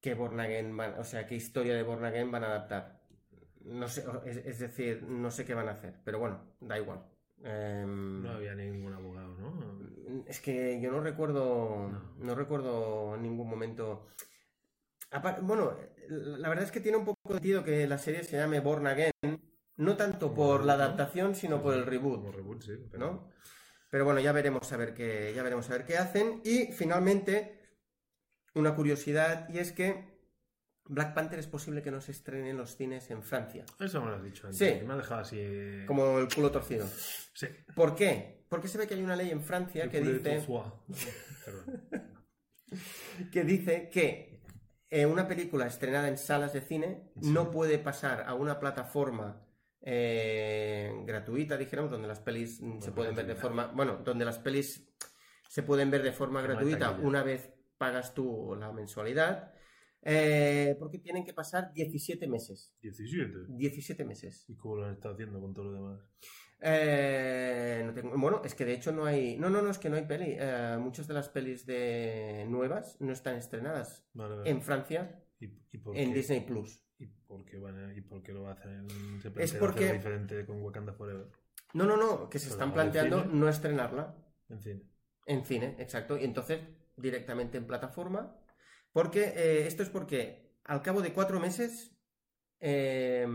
B: ¿qué Born Again van- o sea, qué historia de Born Again van a adaptar? No sé, o- es, es decir, no sé qué van a hacer, pero bueno, da igual. Em,
A: No había ningún abogado, ¿no?
B: Mm, es que yo no recuerdo.
A: No.
B: No recuerdo en ningún momento. Apar- Bueno, la verdad es que tiene un poco de sentido que la serie se llame Born Again. No tanto
A: Como
B: por la
A: reboot, ¿no?
B: adaptación, sino por el
A: Como
B: reboot.
A: reboot, sí. pero-
B: ¿no? Pero bueno, ya veremos a ver qué. Ya veremos a ver qué hacen. Y finalmente, una curiosidad, y es que Black Panther es posible que no se estrene en los cines en Francia.
A: Eso me lo has dicho antes.
B: Sí.
A: y Me ha dejado así. eh,
B: Como el culo torcido.
A: Sí.
B: ¿Por qué? Porque se ve que hay una ley en Francia que
A: Le
B: dice.
A: coulé de toi. Perdón.
B: que dice que eh, una película estrenada en salas de cine
A: Sí.
B: no puede pasar a una plataforma eh, gratuita, dijéramos, donde las pelis mm, se
A: Bueno,
B: pueden ver de
A: gratuita.
B: forma, bueno, donde las pelis se pueden ver de forma
A: Que no hay
B: gratuita
A: taquilla.
B: una vez pagas tú la mensualidad, eh, porque tienen que pasar 17 meses.
A: 17.
B: 17 meses.
A: ¿Y cómo lo han estado haciendo con todo lo demás?
B: Eh, no tengo- bueno, es que de hecho no hay. No, no, no, es que no hay peli. Eh, muchas de las pelis de nuevas no están estrenadas
A: Vale, vale.
B: en Francia
A: ¿Y, y por
B: en
A: qué?
B: Disney Plus.
A: ¿Y por qué, van a- y por qué lo va a hacer? en- se plantea
B: Es porque-
A: hacerlo diferente con Wakanda Forever.
B: No, no, no, que se
A: Pero
B: están
A: en
B: planteando
A: cine.
B: no estrenarla
A: En fin.
B: en cine, exacto. Y entonces directamente en plataforma. Porque eh, esto es porque al cabo de cuatro meses eh,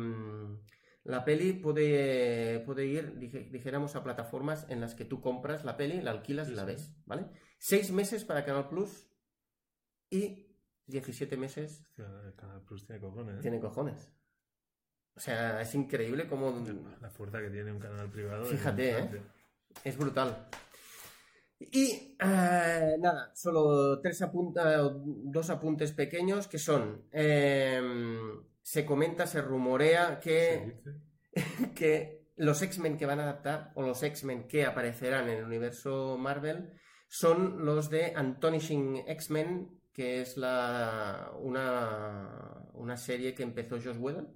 B: la peli puede, puede ir, dije- dijéramos, a plataformas en las que tú compras la peli, la alquilas y
A: Sí,
B: la
A: sí.
B: ves, ¿vale? Seis meses para Canal Plus y 17 meses
A: Canal Canal Plus tiene cojones. ¿eh?
B: tiene cojones. O sea, es increíble cómo
A: La fuerza que tiene un canal privado. en
B: Fíjate, ¿eh?
A: Francia.
B: Es brutal. Y eh, nada, solo tres apunta, dos apuntes pequeños que son. eh, se comenta, se rumorea que,
A: ¿Se dice?
B: que los X-Men que van a adaptar, o los X-Men que aparecerán en el universo Marvel, son los de Astonishing X-Men, que es la, una, una serie que empezó Josh Whedon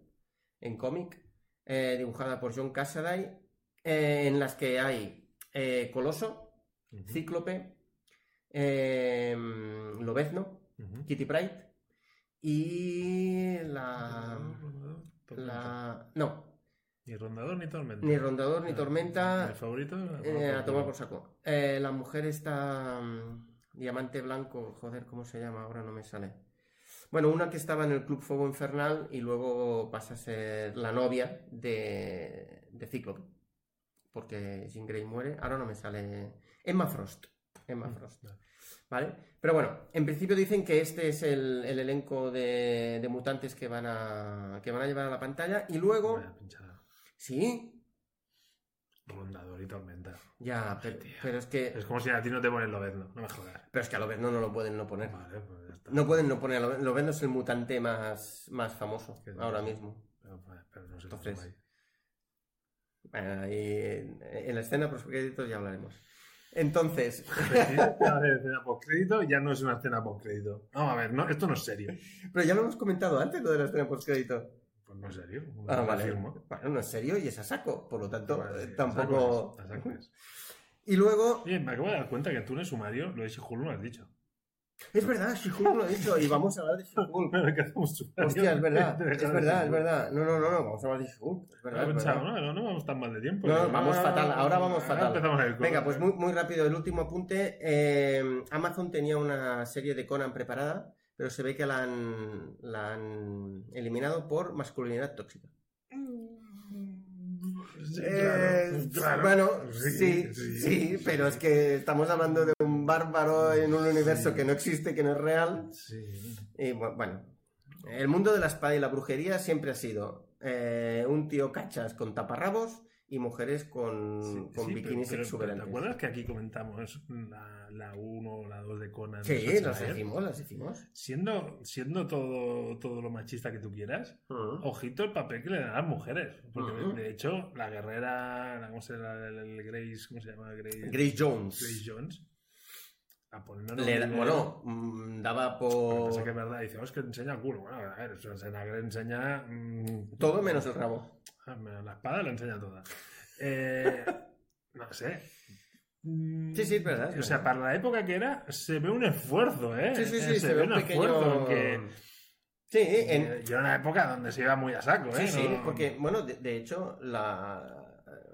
B: en cómic, eh, dibujada por John Cassaday, eh, en las que hay eh, Coloso,
A: Ujú,
B: Cíclope, eh, Lobezno,
A: ujú.
B: Kitty Pride y la...
A: Rondador, Tormenta.
B: la no,
A: Ni rondador ni tormenta.
B: ni Rondador ni
A: Ah,
B: Tormenta,
A: ¿El favorito? Ah,
B: eh, a tomar
A: culo.
B: por saco. Eh, la mujer está... Diamante Blanco, joder, ¿cómo se llama? Ahora no me sale. Bueno, una que estaba en el Club Fuego Infernal y luego pasa a ser la novia de, de Cíclope. Porque Jean Grey muere. Ahora no me sale... Emma Frost. Emma
A: Mm.
B: Frost. ¿Vale? Pero bueno, en principio dicen que este es el, el elenco de, de mutantes que van, a, que van a llevar a la pantalla. Y luego...
A: Vaya pinchada.
B: Sí,
A: Rondador y tormenta.
B: ya, pe-
A: Hostia.
B: pero es que...
A: Es como si a ti no te ponen lobezno, no me jodas.
B: Pero es que a Lobezno no lo pueden no poner.
A: Vale, pues ya está.
B: No pueden no poner a Lobezno. Lobezno es el mutante más, más famoso
A: Qué
B: ahora
A: raro.
B: mismo.
A: Pero, pues, pero no sé
B: Entonces,
A: cómo hay.
B: Bueno, y en, en la escena postcréditos ya hablaremos. Entonces,
A: Ahora de escena postcrédito ya no es una escena postcrédito. Vamos a ver, no, esto no es serio.
B: pero ya lo hemos comentado antes lo de la escena postcrédito.
A: Pues no es serio.
B: Ah,
A: lo
B: vale.
A: afirmo.
B: Bueno, no es serio y es a saco, por lo tanto,
A: Vale,
B: eh,
A: a
B: tampoco.
A: saco es, a saco es.
B: Y luego,
A: Oye, me acabo de dar cuenta que tú en el sumario lo de Shihul no lo has dicho.
B: es verdad, She-Hulk lo ha dicho y vamos a hablar de She-Hulk.
A: Pero que hacemos sumario.
B: Hostia, es verdad,
A: Te dejas
B: es
A: de
B: verdad, es
A: She-Hulk.
B: verdad. No, no, no, no, vamos a hablar de She-Hulk. Es
A: Lo he
B: verdad, es
A: pensado,
B: verdad.
A: no, no, no vamos tan mal de tiempo. Ah,
B: No, vamos fatal, ahora vamos fatal.
A: empezamos el
B: Venga, pues muy, muy rápido, el último apunte. Eh, Amazon tenía una serie de Conan preparada, pero se ve que la han, la han eliminado por masculinidad tóxica.
A: Sí,
B: Eh,
A: claro, claro.
B: Bueno, sí, sí, pero es que estamos hablando de un bárbaro en un universo
A: Sí.
B: que no existe, que no es real.
A: Sí.
B: Y bu- bueno, El mundo de la espada y la brujería siempre ha sido eh, un tío cachas con taparrabos y mujeres con,
A: Sí,
B: con
A: sí,
B: bikinis
A: pero- pero ¿Te
B: exuberantes.
A: acuerdas que aquí comentamos la, la 1 o la 2 de Conan?
B: sí,
A: Sacha
B: las
A: Baron?
B: decimos, las decimos.
A: Siendo, siendo todo, todo lo machista que tú quieras,
B: Mm.
A: ojito el papel que le dan a las mujeres. Porque de-
B: Ujú.
A: de hecho, la guerrera, la- ¿cómo se llama? El- el Grace, ¿cómo se llama? Grace,
B: Grace Jones.
A: Grace Jones. A poner una
B: Le da-
A: novela.
B: bueno, mm, daba
A: Lo que pasa
B: por
A: es que es verdad, dice, "Oh, es que enseña el culo. Bueno, a ver, o sea, Senagra enseña. mm,
B: todo menos el rabo.
A: Ah, menos La espada la enseña toda. Eh, no sé. Mm,
B: Sí, sí, es verdad, es
A: O sea,
B: verdad.
A: para la época que era, se ve un esfuerzo, ¿eh?
B: Sí, sí,
A: Eh,
B: sí, se, ve un pequeño...
A: que-
B: Sí, en,
A: eh, Y era una época donde se iba muy a saco, ¿eh?
B: Sí, sí,
A: No-
B: porque, bueno, de, de hecho, la,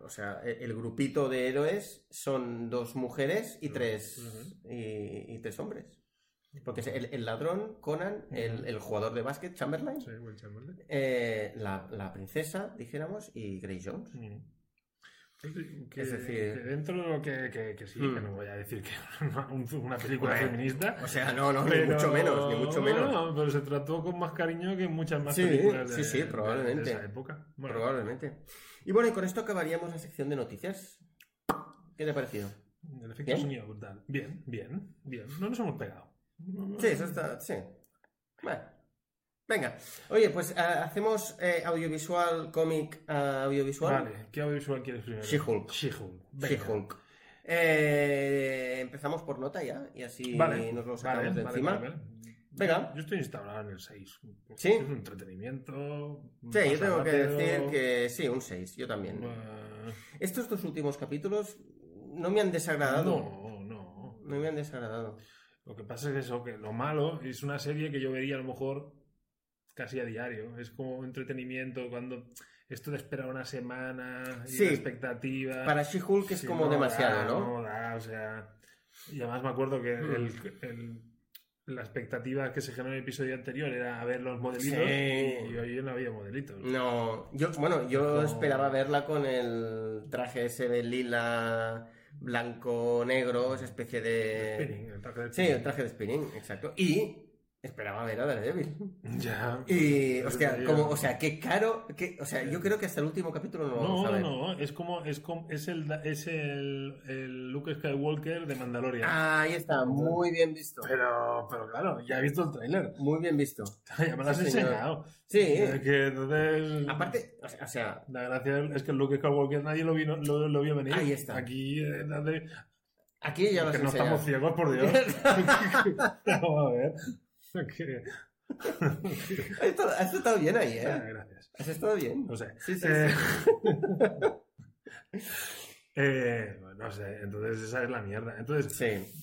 B: o sea, e- el grupito de héroes son dos mujeres y
A: Ujú.
B: tres,
A: Ujú.
B: y, y tres hombres. Porque es el, el ladrón, Conan, el,
A: Ujú.
B: el jugador de básquet, Chamberlain,
A: Sí, Will Chamberlain.
B: eh, la, la princesa, dijéramos, y Grey Jones.
A: Mm. Pues Sí, Que,
B: Es decir-
A: que dentro de lo que, que, que sí,
B: Mm.
A: que no voy a decir que una, un- una película
B: Bueno,
A: feminista,
B: O sea, no, no, ni
A: Pero-
B: mucho menos, ni mucho menos.
A: Bueno, pero se trató con más cariño que muchas más
B: Sí,
A: películas de,
B: sí, sí,
A: de-
B: probablemente.
A: de esa época. Bueno,
B: Probablemente. Y bueno, y con esto acabaríamos la sección de noticias. ¿Qué te ha parecido?
A: El efecto
B: ¿Bien?
A: sonido brutal. Bien, bien, bien. No nos hemos pegado.
B: Sí, eso está. Sí. Bueno. Venga. Oye, pues ah, hacemos eh, audiovisual, cómic ah, audiovisual.
A: Vale, ¿qué audiovisual quieres primero?
B: She-Hulk.
A: She-Hulk.
B: Sí,
A: Venga.
B: Hulk. Eh, empezamos por nota ya y así
A: Vale,
B: nos lo
A: vale,
B: sacamos de
A: vale,
B: encima.
A: vale, vale.
B: Venga.
A: Yo estoy instaurado en el 6.
B: ¿Sí?
A: Es un entretenimiento. un
B: Sí, yo tengo que
A: pasarráteo,
B: decir que Ah, sí, un 6, yo también.
A: eh,
B: Estos dos últimos capítulos no me han desagradado.
A: Ah, no, no.
B: No me han desagradado.
A: Lo que pasa es eso, que lo malo es una serie que yo vería a lo mejor casi a diario. Es como entretenimiento cuando esto de esperar una semana y
B: Sí.
A: la expectativa.
B: Para She-Hulk es
A: Sí,
B: como
A: no ah,
B: demasiado,
A: da,
B: ¿no?
A: da, o sea. Y además me acuerdo que
B: Mm.
A: el- el- la expectativa que se generó en el episodio anterior era ver los modelitos
B: Sí.
A: y hoy no había modelitos.
B: No, yo, bueno, yo
A: Como-
B: esperaba verla con el traje ese de lila, blanco, negro, esa especie de...
A: Spinning, el traje de
B: Sí, el
A: spinning.
B: traje de spinning, exacto. Y esperaba ver a Daredevil.
A: Ya.
B: Y,
A: Eso
B: hostia,
A: sería-
B: como, o sea, qué caro, que, o sea, yo creo que hasta el último capítulo no lo vamos
A: No,
B: a ver.
A: no, es como, es como, es el, es el, el Luke Skywalker de Mandalorian.
B: Ahí está, muy bien visto.
A: Pero, pero claro, ya he visto el tráiler.
B: Muy bien visto.
A: Ya me lo has
B: Sí, señor.
A: enseñado.
B: Sí,
A: Eh, Que entonces.
B: aparte, o sea, o sea,
A: La gracia es que el Luke Skywalker nadie lo vio, lo, lo vio venir.
B: Ahí está.
A: Aquí. eh, nadie-
B: aquí ya lo
A: que
B: has
A: no
B: enseñado.
A: estamos ciegos, por Dios. Vamos a ver. Que-
B: Has estado- Has estado bien ahí,
A: Ah,
B: ¿eh?
A: gracias.
B: Has estado bien.
A: No sé.
B: Sí, sí,
A: Eh,
B: sí.
A: eh, no sé, entonces esa es la mierda. Entonces,
B: Sí.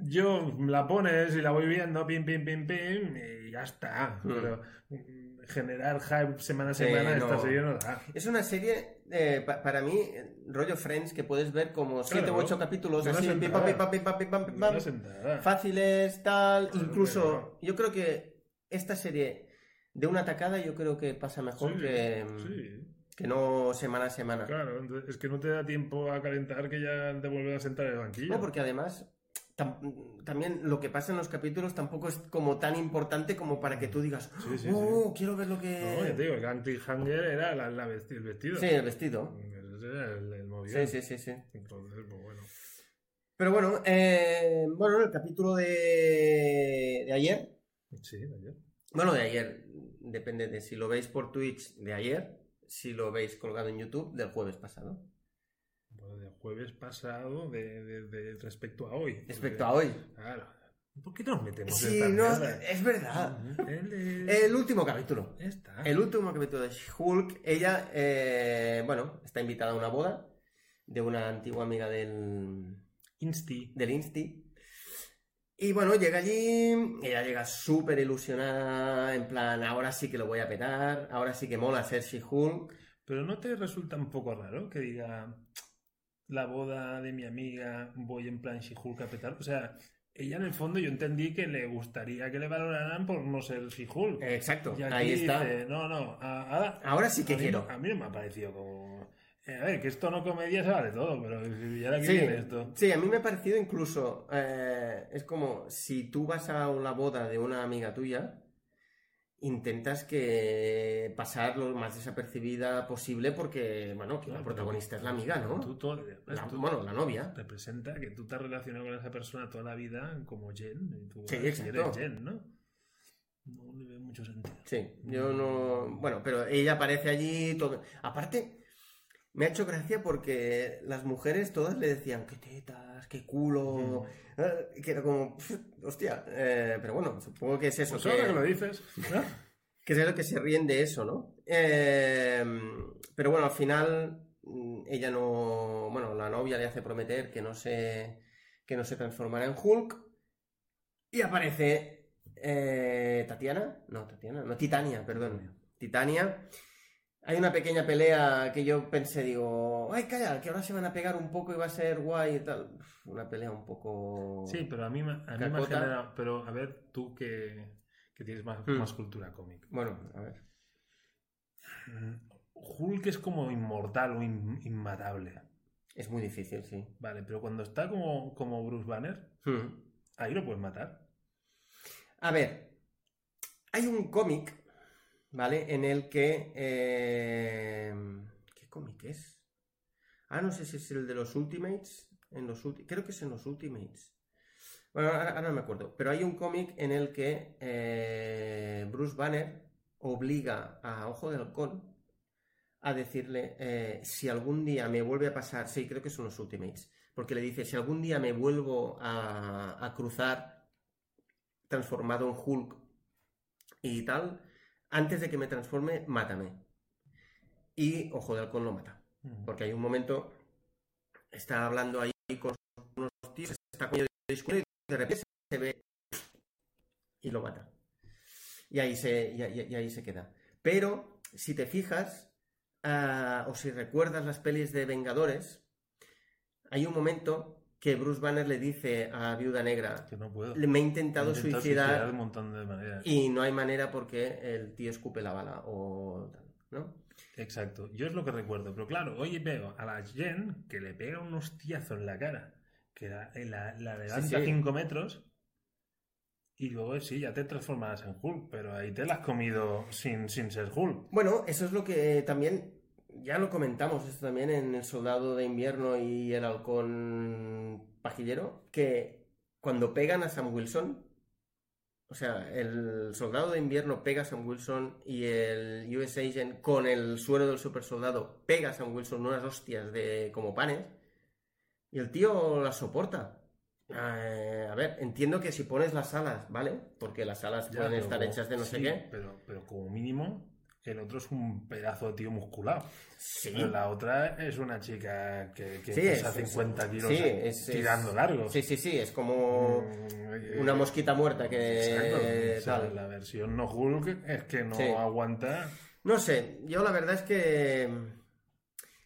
A: Yo la pones y la voy viendo, pim, pim, pim, pim, y ya está.
B: Mm.
A: Pero mm, generar hype semana a
B: Sí,
A: semana,
B: no.
A: esta serie no da.
B: Es una serie, eh, pa- para mí, eh, rollo Friends, que puedes ver como 7 u
A: Claro.
B: 8 capítulos
A: De una
B: así, pim,
A: sentada.
B: pam, pim, pam, pim, pam, pim, pam, pim, pam,
A: Una sentada.
B: fáciles, tal.
A: Claro,
B: Incluso,
A: claro.
B: yo creo que esta serie de una tacada, yo creo que pasa mejor
A: Sí,
B: que,
A: sí,
B: que no semana a semana.
A: claro. entonces, es que no te da tiempo a calentar que ya te vuelves a sentar en el banquillo.
B: No, porque además, tam- también lo que pasa en los capítulos tampoco es como tan importante como para que tú digas,
A: Mm. Sí, sí, sí.
B: oh, quiero ver lo que.
A: No, ya te digo, el gran cliffhanger era la, la vesti- el vestido.
B: sí, el vestido.
A: Ese era el, el
B: Sí,
A: movimiento.
B: sí, sí, sí.
A: Entonces, pues bueno.
B: Pero bueno, eh, bueno, el capítulo de, de ayer,
A: Sí, ayer.
B: bueno, de ayer, depende de si lo veis por Twitch de ayer, si lo veis colgado en YouTube del jueves pasado,
A: Bueno, de jueves pasado, de, de- de- respecto a hoy.
B: respecto a hoy.
A: Claro. ¿Por qué nos metemos en
B: Eh, Sí,
A: esta
B: no,
A: mierda?
B: es verdad.
A: Él es-
B: El último capítulo.
A: Ya está.
B: El último capítulo de Hulk, ella, eh, bueno, está invitada a una boda de una antigua amiga del,
A: Insti.
B: del Insti. Y bueno, llega allí, ella llega súper ilusionada, en plan, ahora sí que lo voy a petar, ahora sí que mola ser She-Hulk.
A: Pero ¿no te resulta un poco raro que diga la boda de mi amiga, voy en plan She-Hulk a petar? O sea, ella en el fondo yo entendí que le gustaría que le valoraran por no ser She-Hulk.
B: Eh, Exacto,
A: Y aquí
B: ahí está.
A: dice, no, no, a- a-
B: Ahora sí que
A: a mí-
B: quiero.
A: A mí no me ha parecido como... eh, a ver, que esto no comedia se vale todo, pero ¿y ahora qué
B: Sí,
A: viene esto?
B: sí, a mí me ha parecido incluso, eh, es como si tú vas a una boda de una amiga tuya intentas que pasar lo más desapercibida posible porque, bueno, que la
A: Claro,
B: protagonista es
A: pero-
B: la amiga, ¿no?
A: Tú, todo-
B: La-
A: tú-
B: bueno, la novia.
A: representa que tú te has relacionado con esa persona toda la vida como Jen. Y tú
B: Sí,
A: ahora
B: exacto.
A: eres Jen, ¿no? No le veo mucho sentido.
B: Sí, yo no. Bueno, pero ella aparece allí. Todo... Aparte, me ha hecho gracia porque las mujeres todas le decían: qué tetas, qué culo. eh, Que era como, "Pf, hostia. eh, pero bueno, supongo que es eso.
A: Pues
B: que-
A: ahora que lo dices, ¿no?
B: que es lo que se ríen de eso, ¿no? Eh, pero bueno, al final mm, ella no, bueno, la novia le hace prometer que no se, que no se transformará en Hulk y aparece eh, Tatiana, no Tatiana, no Titania, perdón, Titania. Hay una pequeña pelea que yo pensé, digo, ay, calla, que ahora se van a pegar un poco y va a ser guay y tal. Uf, Una pelea un poco...
A: Sí, pero a mí, me- a mí me ha
B: Cacota.
A: generado. Pero a ver, tú que, que tienes más,
B: Mm.
A: más cultura cómica.
B: Bueno, a ver.
A: Mm, Hulk es como inmortal o in- inmatable.
B: Es muy difícil, sí.
A: Vale, pero cuando está como, como Bruce Banner,
B: Hmm.
A: ahí lo puedes matar.
B: A ver, hay un cómic, ¿vale? En el que... eh, ¿Qué cómic es? Ah, no sé si es el de los Ultimates. En los ulti- Creo que es en los Ultimates. Bueno, ahora, ahora no me acuerdo. Pero hay un cómic en el que eh, Bruce Banner obliga a Ojo de Halcón a decirle eh, si algún día me vuelve a pasar... Sí, creo que son los Ultimates. Porque le dice, si algún día me vuelvo a, a cruzar transformado en Hulk y tal, antes de que me transforme, mátame. Y Ojo de Halcón lo mata.
A: Mm.
B: Porque hay un momento, está hablando ahí con unos tíos, está comiendo y discutiendo, y de repente se ve y lo mata. Y ahí se, y ahí- y ahí se queda. Pero, si te fijas, ah, o si recuerdas las pelis de Vengadores, hay un momento que Bruce Banner le dice a Viuda Negra,
A: Que no puedo.
B: me he intentado,
A: He intentado
B: suicidar
A: de un montón de maneras.
B: y no hay manera porque el tío escupe la bala o tal, ¿no?
A: Exacto, yo es lo que recuerdo, pero claro, hoy veo a la Jen que le pega un hostiazo en la cara, que la, eh, la- la levanta
B: sí.
A: 5 metros y luego sí, ya te transformarás en Hulk, pero ahí te la has comido sin, sin ser Hulk.
B: Bueno, eso es lo que también, ya lo comentamos esto también en El Soldado de Invierno y El Halcón Pajillero, que cuando pegan a Sam Wilson, o sea, el Soldado de Invierno pega a Sam Wilson y el US Agent con el suero del super soldado pega a Sam Wilson unas hostias de como panes y el tío las soporta. Eh, a ver, entiendo que si pones las alas, ¿vale? Porque las alas
A: Ya,
B: pueden
A: pero
B: estar
A: como-
B: hechas de no sé
A: sí,
B: qué.
A: Pero, pero como mínimo, el otro es un pedazo de tío musculado.
B: Sí.
A: Pero la otra es una chica que, que
B: Sí,
A: pesa
B: es- es-
A: 50 kilos
B: sí, es-
A: tirando
B: es-
A: largo.
B: Sí, sí, sí, es como
A: Mm,
B: una
A: eh,
B: mosquita muerta que
A: Exacto. O sea,
B: tal.
A: la versión no Hulk es que no
B: Sí.
A: aguanta.
B: No sé, yo la verdad es que mm,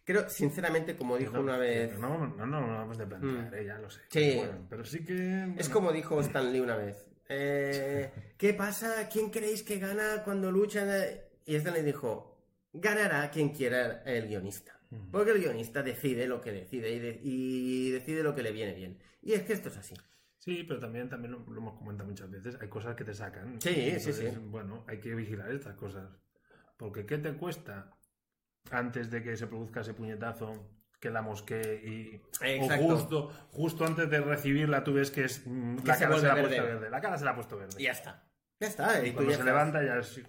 B: creo, sinceramente, como dijo
A: No,
B: una vez,
A: No, no, no, no lo vamos a plantear,
B: Mm.
A: eh, ya lo sé.
B: Sí.
A: Pero bueno, pero sí que. bueno,
B: es como dijo Stan Lee una vez. eh, ¿Qué pasa? ¿Quién creéis que gana cuando luchan? Y Stan Lee dijo, ganará quien quiera el guionista.
A: Mm.
B: Porque el guionista decide lo que decide y, de- y decide lo que le viene bien. Y es que esto es así.
A: Sí, pero también, también lo, lo hemos comentado muchas veces. Hay cosas que te sacan.
B: Sí, sí, sí.
A: Bueno, hay que vigilar estas cosas. Porque ¿qué te cuesta antes de que se produzca ese puñetazo que la mosquee y.
B: Exacto.
A: O justo, justo antes de recibirla, tú ves que es. mm,
B: Que
A: la
B: se
A: cara se
B: vuelve
A: la ha puesto
B: verde.
A: verde. La cara se la ha puesto verde.
B: Y ya está. Ya está.
A: Y
B: tú
A: cuando
B: ya
A: se
B: sabes.
A: levanta ya es...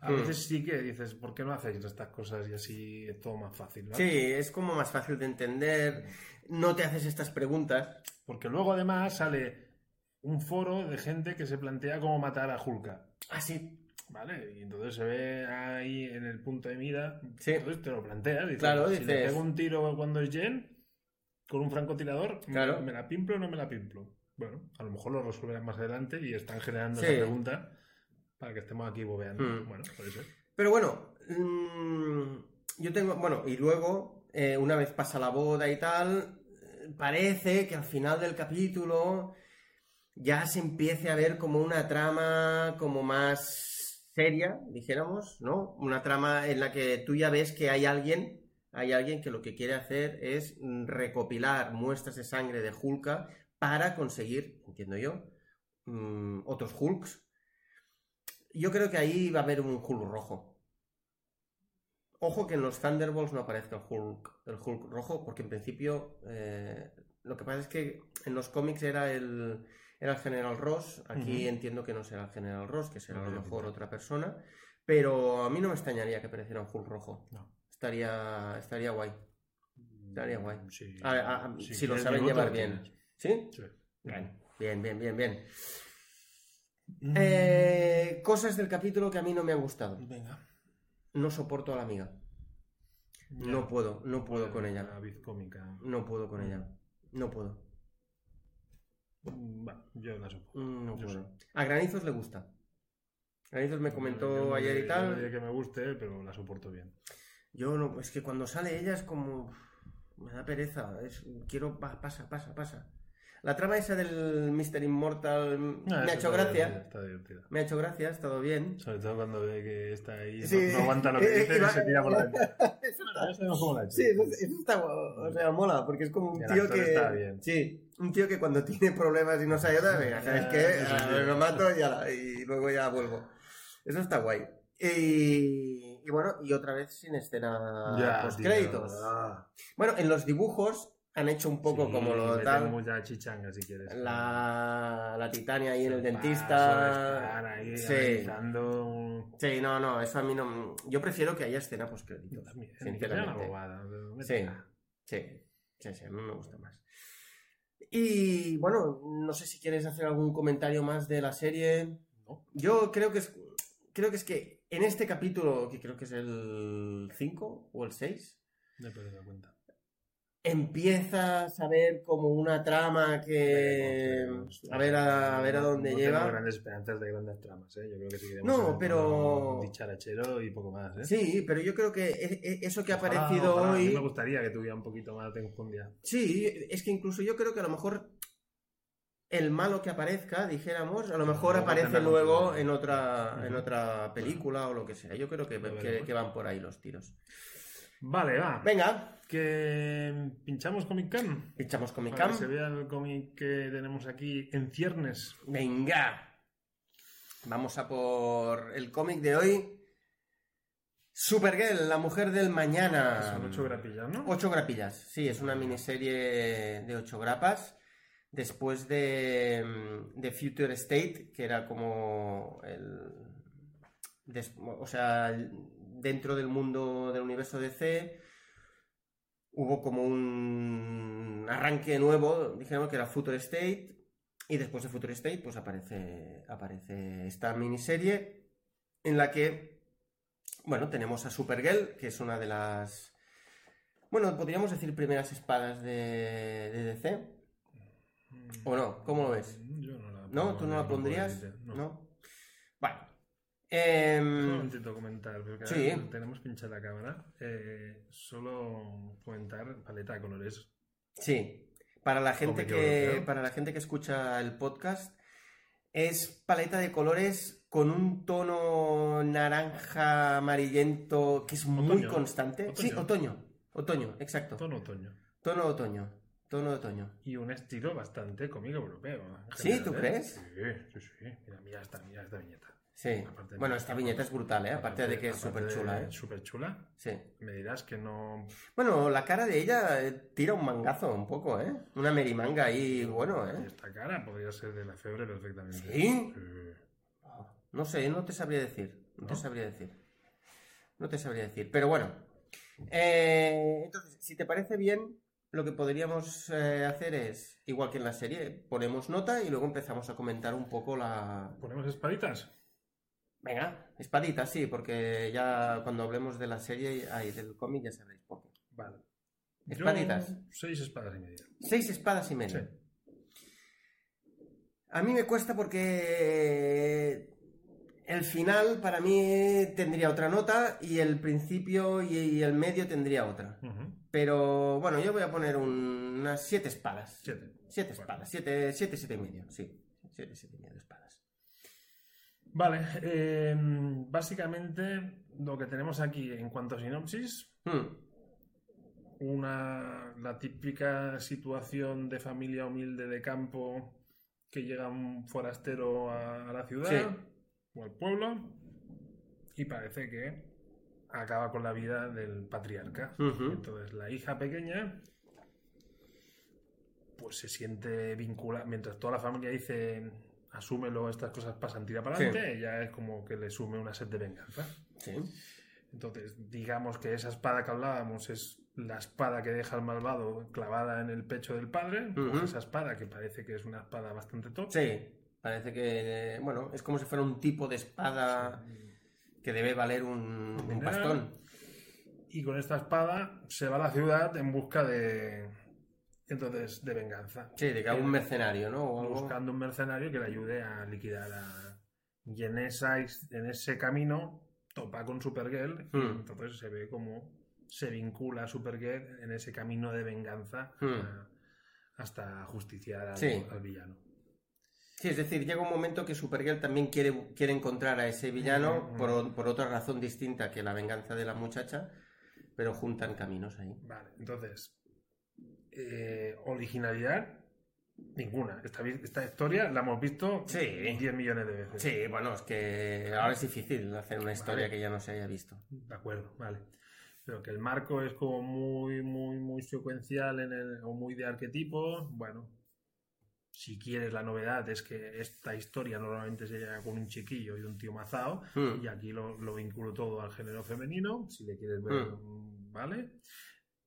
A: A
B: Mm.
A: veces sí que dices, ¿por qué no hacéis estas cosas y así es todo más fácil? ¿no?
B: Sí, es como más fácil de entender. No te haces estas preguntas.
A: Porque luego además sale un foro de gente que se plantea cómo matar a Hulka,
B: Así,
A: ¿vale? Y entonces se ve ahí en el punto de mira,
B: Sí.
A: entonces pues, te lo planteas, dices, "Ah,
B: Claro,
A: si le
B: dices-
A: pego un tiro cuando es Jen con un francotirador,
B: Claro.
A: ¿me la pimplo o no me la pimplo? Bueno, a lo mejor lo resolverán más adelante y están generando
B: Sí.
A: esa pregunta para que estemos aquí bobeando.
B: Mm.
A: Bueno, puede ser.
B: Pero bueno, mm, yo tengo. Bueno, y luego, eh, una vez pasa la boda y tal, eh, parece que al final del capítulo ya se empiece a ver como una trama como más seria, dijéramos, ¿no? Una trama en la que tú ya ves que hay alguien. Hay alguien que lo que quiere hacer es mm, recopilar muestras de sangre de Hulka para conseguir, entiendo yo, mm, otros Hulks Yo creo que ahí va a haber un Hulk rojo. Ojo que en los Thunderbolts no aparezca el Hulk, el Hulk rojo, porque en principio eh, lo que pasa es que en los cómics era el, era el General Ross. Aquí
A: Ujú.
B: entiendo que no será el General Ross, que será a lo
A: No, yo
B: mejor
A: tampoco.
B: otra persona. Pero a mí no me extrañaría que apareciera un Hulk rojo.
A: No.
B: Estaría, estaría guay. Estaría guay.
A: Mm, Sí.
B: A ver, a- a- si lo
A: quieres
B: saben
A: bigote,
B: llevar
A: lo
B: bien.
A: tienes.
B: ¿Sí?
A: Sí.
B: Bien, bien, bien, bien. bien.
A: Mm,
B: Eh, cosas del capítulo que a mí no me ha gustado.
A: Venga.
B: No soporto a la amiga. No puedo, no puedo con ella.
A: La vid cómica.
B: No puedo con ella. No puedo.
A: Mm, va, yo la soporto.
B: No
A: Yo
B: puedo. A Granizos le gusta. Granizos me
A: Yo
B: comentó
A: no
B: ayer
A: diré-
B: y
A: yo no diré
B: tal.
A: que me guste, pero la soporto bien.
B: Yo no, es que cuando sale ella es como. Me da pereza. Es, quiero. pa- pasa, pasa, pasa. La trama esa del Mr. Immortal me
A: Ah,
B: ha
A: eso
B: hecho
A: está
B: gracia.
A: divertida, Está divertida.
B: Me ha hecho gracia, ha estado bien.
A: Sobre todo cuando ve que está ahí,
B: Sí.
A: no, no aguanta lo que
B: Eh,
A: dice
B: y
A: y
B: va-
A: se tira por la ventana.
B: Eso está-
A: Ya sabemos cómo la
B: Sí, pues, eh,
A: chica.
B: eso, eso está guau, o sea, mola, porque es como un
A: El
B: tío
A: actor
B: que.
A: está bien.
B: Sí, un tío que cuando tiene problemas y no se ayuda, venga, ¿sabes qué?
A: Ah, sí,
B: Ah,
A: sí.
B: Lo mato y, ala, y luego ya vuelvo. Eso está guay. Y, y bueno, y otra vez sin escena
A: Ya,
B: post
A: tío,
B: Ah, pues, créditos.
A: ah.
B: Bueno, en los dibujos han hecho un poco
A: Sí,
B: como lo
A: mete
B: tal.
A: mucha chichanga si quieres.
B: La, la Titania ahí en el
A: Paso, estar
B: dentista.
A: ahí
B: Sí.
A: analizando un-
B: Sí, no, no, eso a mí no. Yo prefiero que haya escena post créditos.
A: También, que
B: Sinceramente.
A: sea una bobada, pero
B: Sí.
A: vete a-
B: Sí, sí, sí, a mí me gusta más. Y bueno, no sé si quieres hacer algún comentario más de la serie.
A: No.
B: Yo creo que es, creo que es que en este capítulo, que creo que es el 5 o el 6,
A: No he perdido la cuenta.
B: empiezas a ver como una trama que... Eh, A ver a, a ver a dónde
A: no Tengo
B: lleva.
A: grandes esperanzas de grandes tramas, ¿eh? Yo creo que sí queremos
B: No,
A: hacer
B: pero-
A: un dicharachero y poco más, ¿eh?
B: Sí, pero yo creo que e- e- eso que ha
A: Ojalá,
B: aparecido
A: ojalá. A mí
B: hoy...
A: me gustaría que tuviera un poquito más de enjundia.
B: Sí, es que incluso yo creo que a lo mejor el malo que aparezca, dijéramos, a lo mejor
A: Luego
B: aparece
A: tendrá
B: luego
A: continuidad.
B: en otra, en
A: Ujú.
B: otra película o lo que sea. Yo creo que,
A: Lo
B: que-
A: veremos.
B: que van por ahí los tiros.
A: Vale, va.
B: Venga,
A: Que pinchamos Comic Con.
B: pinchamos con mi
A: Para
B: cam.
A: que se vea el cómic que tenemos aquí en ciernes.
B: Venga. Vamos a por el cómic de hoy. Supergirl, la mujer del mañana.
A: Son Pues ocho grapillas, ¿no?
B: Ocho grapillas, sí, es una miniserie de ocho grapas. Después de, mm, de Future State, que era como el. des- o sea, el- dentro del mundo del universo DC, hubo como un arranque nuevo, dijéramos que era Future State. Y después de Future State, pues aparece, aparece esta miniserie en la que, bueno, tenemos a Supergirl, que es una de las, bueno, podríamos decir primeras espadas de, de DC, ¿o no? ¿Cómo lo ves?
A: Mm. Yo no la
B: ¿No?
A: pongo
B: ¿Tú
A: en
B: no
A: el grupo
B: la
A: de
B: pondrías?
A: élite,
B: No.
A: No.
B: Bueno. Em,
A: Solo intento comentar, porque
B: Sí.
A: ahora tenemos pinchada la cámara. Eh, solo comentar paleta de colores.
B: Sí, para la gente
A: Cómic
B: que,
A: europeo.
B: para la gente que escucha el podcast, es paleta de colores con un tono naranja amarillento que es muy
A: Otoño.
B: constante. Sí,
A: Otoño.
B: otoño, otoño, exacto.
A: Tono otoño.
B: Tono otoño, tono otoño.
A: Y un estilo bastante cómico europeo. en
B: ¿Sí? ¿Tú
A: ¿eh?
B: crees?
A: Sí, sí, sí. Mira, mira esta, mira esta viñeta.
B: Sí.
A: Aparte-
B: Bueno, esta viñeta es brutal, ¿eh? Aparte de que es
A: aparte
B: súper chula,
A: de
B: ¿eh?
A: Súper chula.
B: Sí.
A: Me dirás que no.
B: Bueno, la cara de ella eh, tira un mangazo un poco, ¿eh? Una merimanga ahí, bueno, ¿eh?
A: Esta cara podría ser de la febre perfectamente. Eh,
B: ¿Sí?
A: Sí.
B: No sé, no te sabría decir. No, te
A: ¿No?
B: sabría decir. No te sabría decir. Pero bueno. Eh, entonces, si te parece bien, lo que podríamos eh, hacer es, igual que en la serie, ponemos nota y luego empezamos a comentar un poco la.
A: ¿Ponemos espaditas?
B: Venga, espadita, sí, porque ya cuando hablemos de la serie ay, del cómic ya sabréis por qué.
A: Vale.
B: Espaditas.
A: Yo, seis espadas y media.
B: Seis espadas y media.
A: Sí.
B: A mí me cuesta porque eh, el final para mí tendría otra nota y el principio y, y el medio tendría otra.
A: Ujú.
B: Pero bueno, yo voy a poner un- unas siete espadas.
A: Siete.
B: Siete
A: Bueno.
B: espadas, siete, siete, siete y medio, sí. Siete, siete y medio espadas.
A: Vale, eh, básicamente lo que tenemos aquí en cuanto a sinopsis,
B: Hmm,
A: una, la típica situación de familia humilde de campo que llega un forastero a, a la ciudad,
B: Sí.
A: o al pueblo y parece que acaba con la vida del patriarca.
B: Ujú.
A: Entonces la hija pequeña pues se siente vinculada, mientras toda la familia dice asúmelo, estas cosas pasan, tira para
B: Sí.
A: adelante, ella es como que le sume una sed de venganza.
B: Sí.
A: Entonces, digamos que esa espada que hablábamos es la espada que deja el malvado clavada en el pecho del padre,
B: Ujú.
A: pues esa espada que parece que es una espada bastante top.
B: Sí. Parece que, eh, bueno, es como si fuera un tipo de espada que debe valer un, un
A: Mineral.
B: bastón.
A: Y con esta espada se va a la ciudad en busca de. Entonces, de venganza.
B: Sí, de que algún mercenario, ¿no? O algo.
A: Buscando un mercenario que le ayude a liquidar a. Y en, esa, en ese camino topa con Supergirl. y
B: Mm.
A: entonces se ve como se vincula a Supergirl en ese camino de venganza
B: Mm.
A: a- hasta justiciar al,
B: Sí.
A: al villano.
B: Sí, es decir, llega un momento que Supergirl también quiere, quiere encontrar a ese villano
A: Ujú.
B: por, o- por otra razón distinta que la venganza de la muchacha, pero juntan caminos ahí.
A: Vale, entonces. eh, originalidad. Ninguna. Esta, vi- esta historia la hemos visto
B: Sí.
A: 10 millones de veces.
B: Sí, bueno, es que ahora es difícil hacer una historia
A: Vale.
B: que ya no se haya visto.
A: De acuerdo, vale. Pero que el marco es como muy, muy, muy secuencial en el- o muy de arquetipo. Bueno, si quieres la novedad es que esta historia normalmente se llega con un chiquillo y un tío mazao.
B: Mm.
A: Y aquí lo, lo vinculo todo al género femenino, si le quieres ver,
B: Mm.
A: mm, ¿vale?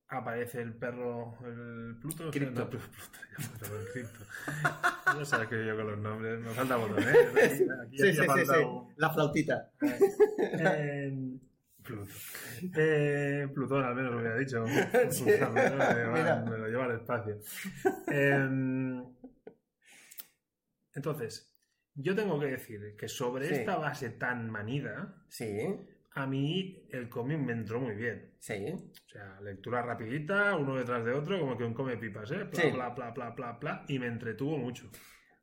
A: Aparece el perro, el Pluto.
B: Cripto.
A: no, Pluto, ya, perdón, Cripto. Ya sabes que yo con los nombres me falta botón, ¿eh? Aquí- aquí
B: Sí, sí,
A: hacía
B: sí,
A: falta
B: sí.
A: un-
B: La flautita.
A: eh, Plutón. Eh, Plutón, al menos lo hubiera dicho.
B: Sí.
A: Al menos me, va-
B: Mira.
A: me lo lleva al espacio. Eh, entonces, yo tengo que decir que sobre
B: Sí.
A: esta base tan manida,
B: Sí,
A: a mí el cómic me entró muy bien.
B: sí.
A: O sea, lectura rapidita, uno detrás de otro, como que un come pipas, ¿eh? Pla,
B: Sí.
A: pla, pla, pla, pla, pla, y me entretuvo mucho.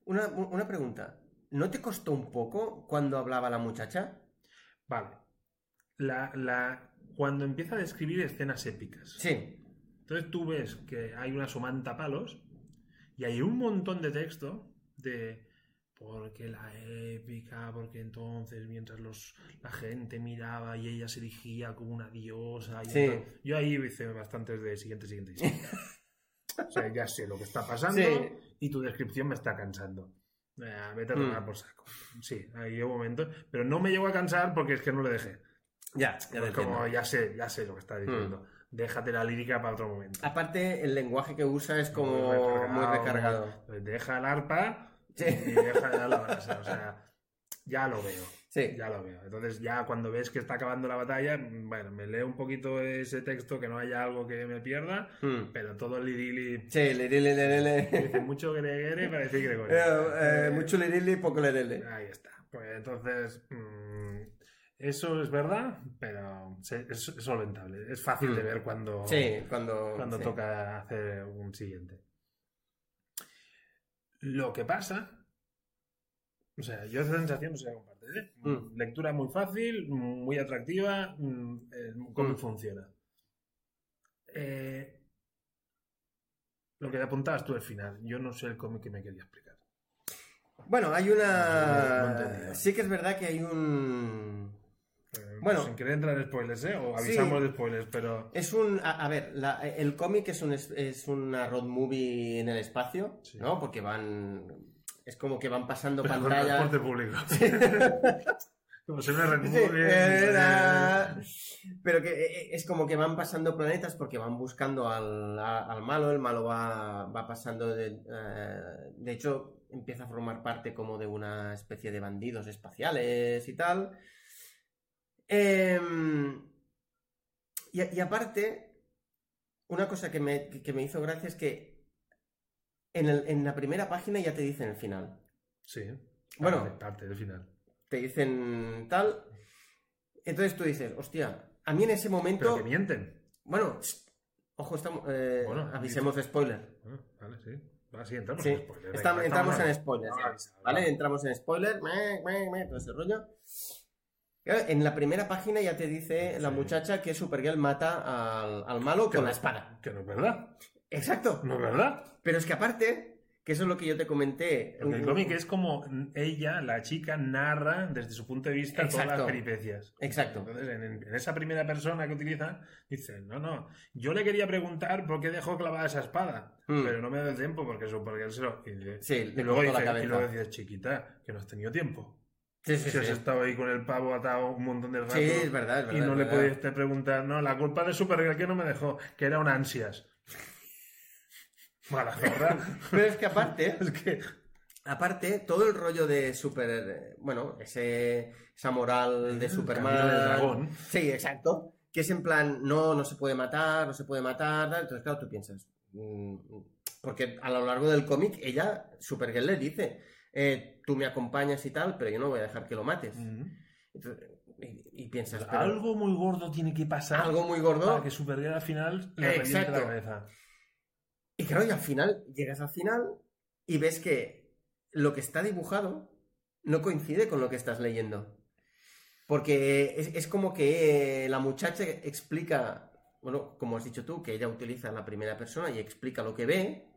B: Una, una pregunta. ¿No te costó un poco cuando hablaba la muchacha?
A: Vale. La, la, cuando empieza a describir escenas épicas.
B: Sí.
A: Entonces tú ves que hay una somanta palos y hay un montón de texto de porque la épica, porque entonces mientras los, la gente miraba y ella se dirigía como una diosa. y
B: Sí.
A: tal. Yo ahí hice bastantes de siguiente, siguiente, siguiente. o sea, ya sé lo que está pasando
B: Sí.
A: y tu descripción me está cansando. Eh, vete a
B: Mm.
A: tomar por saco. Sí, ahí hubo momentos. Pero no me llegó a cansar porque es que no le dejé.
B: Ya, ya lo
A: Es como,
B: entiendo. Mm.
A: ya sé, ya sé lo que está diciendo. Déjate la lírica para otro momento.
B: Aparte, el lenguaje que usa es como
A: Muy recargado,
B: muy recargado.
A: Pues deja el arpa
B: Sí.
A: y deja ya la brasa. O sea, ya lo veo.
B: Sí.
A: Ya lo veo. Entonces, ya cuando ves que está acabando la batalla, bueno, me leo un poquito ese texto, que no haya algo que me pierda,
B: Mm.
A: pero todo el idili.
B: Sí, le le, le, le, le.
A: Dice mucho gregere para decir gregore.
B: Eh, eh, mucho lerele, poco lerele.
A: Ahí está. Pues entonces, mm, eso es verdad, pero se- es, es solventable. Es fácil de ver cuando,
B: Mm. Sí, cuando,
A: cuando
B: sí.
A: toca hacer un siguiente. Lo que pasa, o sea, yo esa sensación no se la comparto. ¿eh?
B: Mm.
A: Lectura muy fácil, muy atractiva, mm, eh, cómo
B: Mm.
A: funciona. Eh, lo que apuntabas tú al final, yo no sé el cómic que me quería explicar.
B: Bueno, hay
A: No entendía.
B: una. Sí que es verdad que hay un.
A: Eh,
B: Bueno.
A: sin querer entrar en spoilers, ¿eh? O avisamos
B: Sí.
A: de spoilers, pero
B: Es un. A, a ver, la- el cómic es, un, es- es una road movie en el espacio,
A: Sí.
B: ¿no? Porque van. Es como que van pasando
A: pero con
B: pantallas.
A: transporte público. Como se me eh,
B: Sí,
A: remueve.
B: era- Pero que eh, es como que van pasando planetas porque van buscando al, a- al malo, el malo va, va pasando de, eh, de hecho empieza a formar parte como de una especie de bandidos espaciales y tal. Em, y, a- y aparte, una cosa que me, que me hizo gracia es que en, el- en la primera página ya te dicen el final.
A: Sí.
B: Bueno,
A: Parte, parte del final.
B: te dicen tal. Entonces tú dices, hostia, a mí en ese momento.
A: Pero que mienten.
B: Bueno, tss, ojo, estamos, eh,
A: Bueno,
B: avisemos de spoiler.
A: Ah, vale, sí. Va, sí, entramos
B: Sí,
A: en spoilers.
B: Estam-
A: venga,
B: entramos
A: estamos
B: en spoilers,
A: Ahora
B: ya,
A: avisamos,
B: ¿vale?
A: vale.
B: Entramos en spoiler, meh, meh, meh, todo ese rollo. Claro, En la primera página ya te dice la
A: Sí.
B: muchacha que Supergirl mata al, al malo
A: Que
B: con
A: no-
B: la espada.
A: Que no es verdad.
B: Exacto.
A: No es verdad.
B: Pero es que aparte, Que eso es lo que yo te comenté.
A: Porque el cómic es como ella, la chica, narra desde su punto de vista todas
B: Exacto.
A: las peripecias.
B: Exacto.
A: Entonces, en, en esa primera persona que utiliza, dice, no, no, yo le quería preguntar por qué dejó clavada esa espada,
B: Mm.
A: pero no me da tiempo porque eso, porque él se lo... Y, dice-
B: Sí,
A: y
B: le
A: luego
B: cortó la
A: dice, y
B: cabeza.
A: luego dices, chiquita, que no has tenido tiempo.
B: Sí, sí,
A: Si has
B: sí.
A: estado ahí con el pavo atado un montón de rato
B: Sí, es verdad, es verdad.
A: y no
B: es
A: le
B: verdad.
A: pudiste preguntar, no, la culpa de Supergirl que no me dejó, que era un ansias. Mala zorra.
B: Pero es que aparte,
A: es que...
B: aparte, todo el rollo de super. eh, Bueno, ese, esa moral de Superman.
A: Camino del dragón.
B: Sí, exacto. Que es en plan, no, no se puede matar, no se puede matar. tal. Entonces, claro, tú piensas. mm, Porque a lo largo del cómic, ella, Supergirl, le dice: eh, Tú me acompañas y tal, pero yo no voy a dejar que lo mates. Entonces, y, y piensas: pero
A: Mm. Pues Algo muy gordo tiene que pasar
B: algo muy gordo.
A: para que Supergirl al final le reviente
B: Exacto.
A: la cabeza.
B: Y claro, y al final, llegas al final y ves que lo que está dibujado no coincide con lo que estás leyendo. Porque es, es como que eh, la muchacha explica, bueno, como has dicho tú, que ella utiliza la primera persona y explica lo que ve,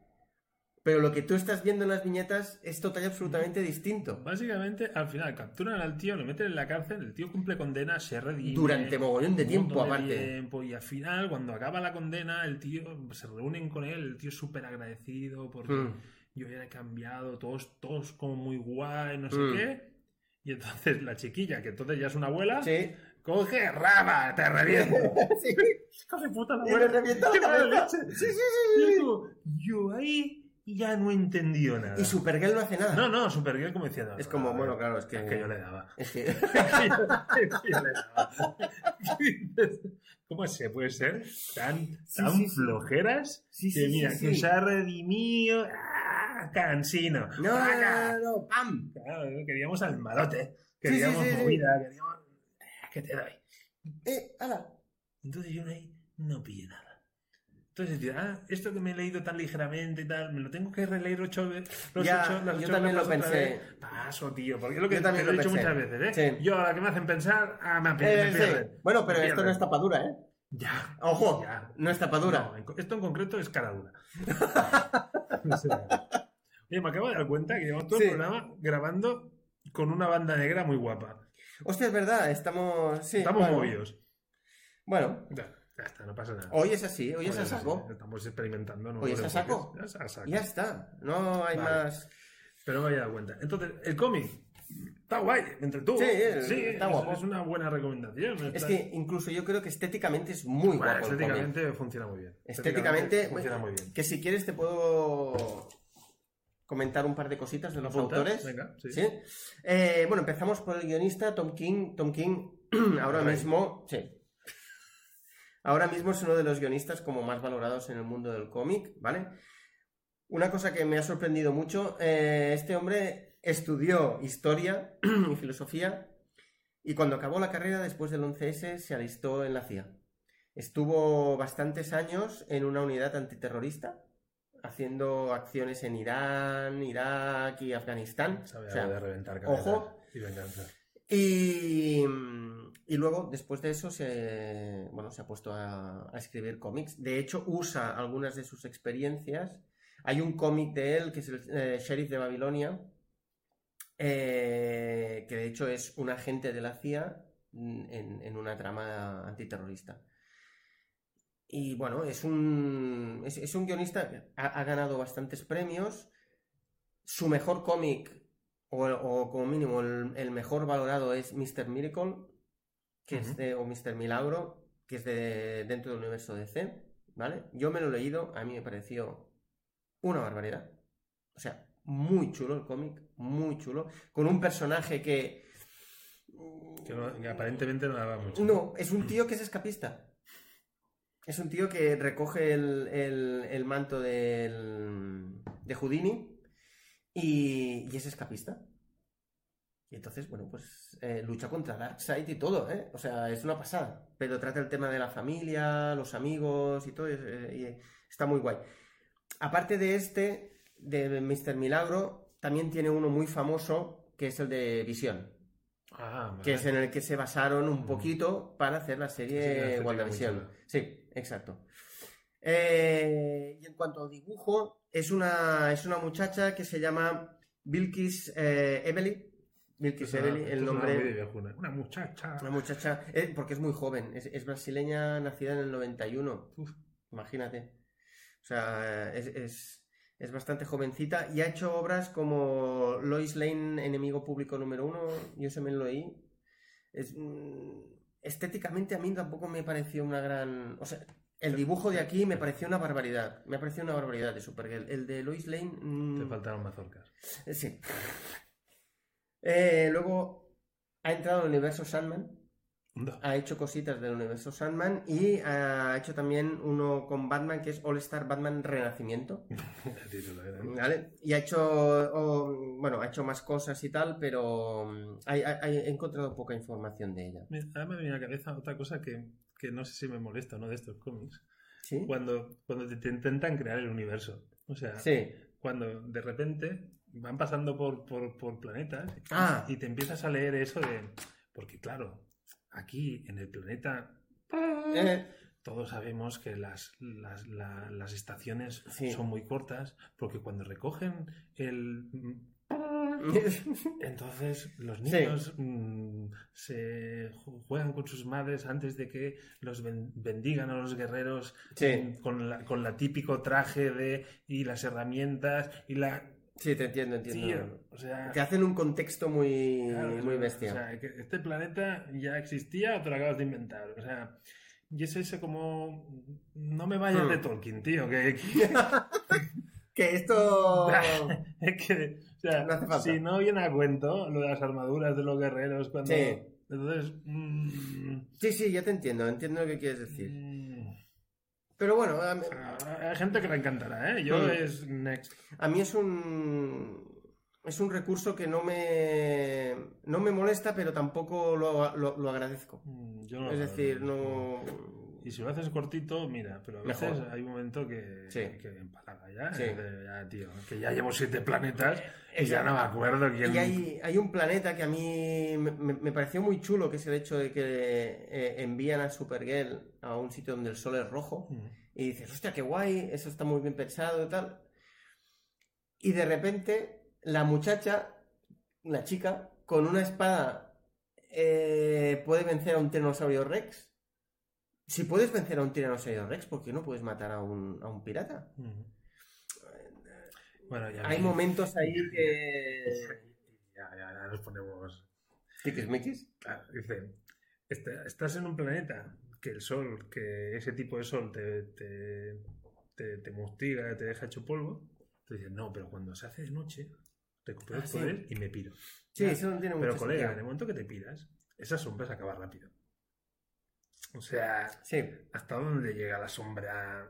B: pero lo que tú estás viendo en las viñetas es total y absolutamente distinto.
A: Básicamente, al final capturan al tío, lo meten en la cárcel, el tío cumple condena, se redime.
B: Durante mogollón de
A: un
B: tiempo,
A: montón de
B: aparte.
A: tiempo, y al final, cuando acaba la condena, el tío se reúnen con él, el tío es súper agradecido porque
B: Mm.
A: yo ya he cambiado, todos, todos como muy guay, no sé
B: Mm.
A: qué. Y entonces la chiquilla, que entonces ya es una abuela,
B: Sí.
A: coge rama, te reviento.
B: sí.
A: Hijo de puta, la
B: Y le
A: abuela.
B: revienta la
A: Qué mala
B: cabeza.
A: leche.
B: Sí, sí,
A: Y
B: sí,
A: es
B: sí.
A: como, yo ahí ya no he entendido nada.
B: Y Supergirl no hace nada.
A: No, no, Supergirl como diciendo.
B: Es como,
A: "Ah,
B: bueno, claro, es que...
A: es que yo le daba.
B: es que-
A: ¿Cómo se puede ser tan,
B: Sí,
A: tan
B: sí, sí.
A: flojeras?
B: Sí,
A: que
B: sí,
A: mira,
B: sí,
A: que
B: sí.
A: se ha redimido. ¡Ah, cansino!
B: No,
A: ¡Paga!
B: no, no, pam.
A: Claro, queríamos al malote,
B: Sí, sí,
A: queríamos
B: sí, sí.
A: movida, queríamos. "Ah, ¿Qué te doy?
B: Eh, ala.
A: Entonces yo ahí no pillé nada. Entonces, tío, ah, esto que me he leído tan ligeramente y tal, me lo tengo que releer ocho veces.
B: Ya,
A: las
B: yo
A: ocho
B: también lo
A: veces otra
B: pensé.
A: vez. Paso, tío, porque es lo que
B: Yo
A: te
B: también
A: lo he
B: lo
A: dicho
B: pensé.
A: muchas veces, ¿eh?
B: Sí.
A: Yo a la que me hacen pensar, ah, me, api-
B: Eh,
A: me
B: sí.
A: pierden.
B: Bueno, pero
A: Me
B: esto no
A: pierden.
B: es tapadura, ¿eh?
A: Ya.
B: Ojo,
A: Ya.
B: no es tapadura.
A: No, en co- esto en concreto es cara dura. No sé. Oye, me acabo de dar cuenta que llevamos todo
B: Sí.
A: el programa grabando con una banda negra muy guapa.
B: Hostia, es verdad, estamos. Sí,
A: Estamos
B: bueno.
A: movidos.
B: Bueno,
A: Ya, ya está, no pasa nada.
B: hoy es así, hoy es
A: Oye,
B: a saco.
A: Estamos experimentando. ¿no?
B: Hoy es
A: Bueno,
B: a saco. este?
A: es a saco.
B: Ya está, no hay
A: Vale.
B: más.
A: Pero me había dado cuenta. Entonces, el cómic. Está guay, entre tú.
B: Sí, eh, está
A: es,
B: guapo.
A: es una buena recomendación.
B: Es
A: Está-
B: que incluso yo creo que estéticamente es muy
A: Bueno,
B: guapo. el cómic.
A: estéticamente funciona muy bien.
B: Estéticamente,
A: funciona muy bien.
B: Que si quieres te puedo comentar un par de cositas de los
A: Apunta,
B: autores.
A: venga, sí.
B: Eh, bueno, empezamos por el guionista Tom King. Tom King ahora
A: Rey.
B: mismo, sí. Ahora mismo es uno de los guionistas como más valorados en el mundo del cómic, ¿vale? Una cosa que me ha sorprendido mucho, eh, este hombre estudió historia y filosofía y cuando acabó la carrera después del 11S se alistó en la CIA. Estuvo bastantes años en una unidad antiterrorista haciendo acciones en Irán, Irak y Afganistán.
A: Sabe
B: O sea,
A: algo de reventar cabezas
B: ojo.
A: y venganza.
B: y, mm, y luego, después de eso, se, bueno, se ha puesto a, a escribir cómics. De hecho, usa algunas de sus experiencias. Hay un cómic de él que es el eh, Sheriff de Babilonia, eh, que de hecho es un agente de la CIA mm, en, en una trama antiterrorista. Y bueno, es un, es, es un guionista que ha, ha ganado bastantes premios. Su mejor cómic, o, o como mínimo el, el mejor valorado, es Mr. Miracle, que
A: Ujú.
B: es de, o Mr. Milagro, que es de dentro del universo DC. ¿Vale? Yo me lo he leído, a mí me pareció una barbaridad. O sea, muy chulo el cómic, muy chulo. Con un personaje que.
A: Que, no- que aparentemente no daba mucho.
B: No, es un tío que es escapista. Es un tío que recoge el, el- el manto del- de Houdini y, y es escapista. Y entonces, bueno, pues eh, lucha contra Darkseid y todo, ¿eh? O sea, es una pasada. Pero trata el tema de la familia, los amigos y todo, y es- eh, y está muy guay. Aparte de este, de Mr. Milagro, también tiene uno muy famoso, que es el de Visión
A: Ah, vale.
B: que es en el que se basaron un
A: Mm.
B: poquito para hacer la
A: Sí, sí, la
B: serie
A: estética
B: WandaVision.
A: muy chula.
B: Sí, exacto. Eh, y en cuanto al dibujo, es una, es una muchacha que se llama Bilkis eh, Evely. Bilkis
A: Esto es una-
B: Evely,
A: Ah, esto
B: el
A: es una
B: nombre.
A: muy de viejuna. Una muchacha.
B: Una muchacha, eh, porque es muy joven, es, es brasileña, nacida en el 91.
A: Uf.
B: Imagínate. O sea, es, es- es bastante jovencita y ha hecho obras como Lois Lane, enemigo público número uno, yo se me lo leí. Es, mm, estéticamente a mí tampoco me pareció una gran... O sea, el dibujo de aquí me pareció una barbaridad. Me pareció una barbaridad de Supergirl. El de Lois Lane... mm,
A: Te faltaron mazorcas.
B: eh, Sí. Eh, luego ha entrado el universo Sandman,
A: No.
B: ha hecho cositas del universo Sandman y ha hecho también uno con Batman que es All Star Batman Renacimiento.
A: Título, era, ¿no?
B: ¿vale? Y ha hecho, o, bueno, ha hecho más cosas y tal, pero mm, hay- hay- hay- he encontrado poca información de ella.
A: Me- Ahora me viene a la cabeza otra cosa que, que no sé si me molesta o no de estos cómics.
B: ¿Sí?
A: Cuando, cuando te, te intentan crear el universo. O sea,
B: Sí.
A: cuando de repente van pasando por, por, por planetas
B: Ah,
A: y te empiezas a leer eso de. Porque, claro, aquí en el planeta.
B: eh,
A: Todos sabemos que las, las, la- las estaciones
B: Sí.
A: son muy cortas, porque cuando recogen el. Entonces los
B: Sí.
A: niños mm, se ju- juegan con sus madres antes de que los ben- bendigan a los guerreros
B: sí,
A: mm, con, la, con la típico traje de y las herramientas y la
B: sí, te entiendo, entiendo.
A: tío, o sea,
B: Te hacen un contexto muy,
A: claro,
B: muy
A: o
B: bestia.
A: sea, que este planeta ya existía o te lo acabas de inventar, o sea, y es ese como no me vayas
B: Hmm.
A: de Tolkien, tío, que, que-
B: que esto...
A: es que, o sea,
B: No hace falta.
A: si no viene a cuento lo de las armaduras de los guerreros cuando
B: Sí.
A: entonces mm,
B: Sí, sí, ya te entiendo, entiendo lo que quieres decir.
A: Mm,
B: Pero bueno, a mí,
A: ah, Hay gente que le encantará, ¿eh? Yo
B: Mm.
A: es Next.
B: a mí es un es un recurso que no me no me molesta, pero tampoco lo, lo- lo agradezco.
A: Mm, yo no
B: Es
A: lo
B: decir,
A: veo.
B: no
A: Y si lo haces cortito, mira, pero a
B: Mejor.
A: veces hay un momento que,
B: Sí.
A: que empalaga ya.
B: Sí.
A: eh, de, ya, tío, que ya llevo siete planetas y ya
B: Exacto.
A: no me acuerdo quién.
B: y hay, hay un planeta que a mí me, me- me pareció muy chulo, que es el hecho de que eh, envían a Supergirl a un sitio donde el sol es rojo.
A: Mm.
B: Y dices, hostia, qué guay, eso está muy bien pensado y tal. Y de repente, la muchacha, la chica, con una espada eh, puede vencer a un tiranosaurio Rex. Si puedes vencer a un tiranosaurio Rex, ¿por qué no puedes matar a un, a un pirata?
A: Mm. Bueno, ya.
B: Hay
A: vi-
B: momentos ahí que.
A: Ya, ya, ya nos ponemos.
B: ¿Tiquismiquis?
A: Claro, dice, "Est- estás en un planeta que el sol, que ese tipo de sol te, te, te, te mustiga, te deja hecho polvo. Tú dices, no, pero cuando se hace de noche, recupero
B: Ah,
A: el
B: sí.
A: poder y me piro.
B: Sí,
A: Ya.
B: eso no tiene
A: Pero
B: mucho
A: colega, en el
B: sentido.
A: momento que te piras, esa sombra se acaba rápido. O sea,
B: Sí,
A: ¿hasta dónde llega la sombra?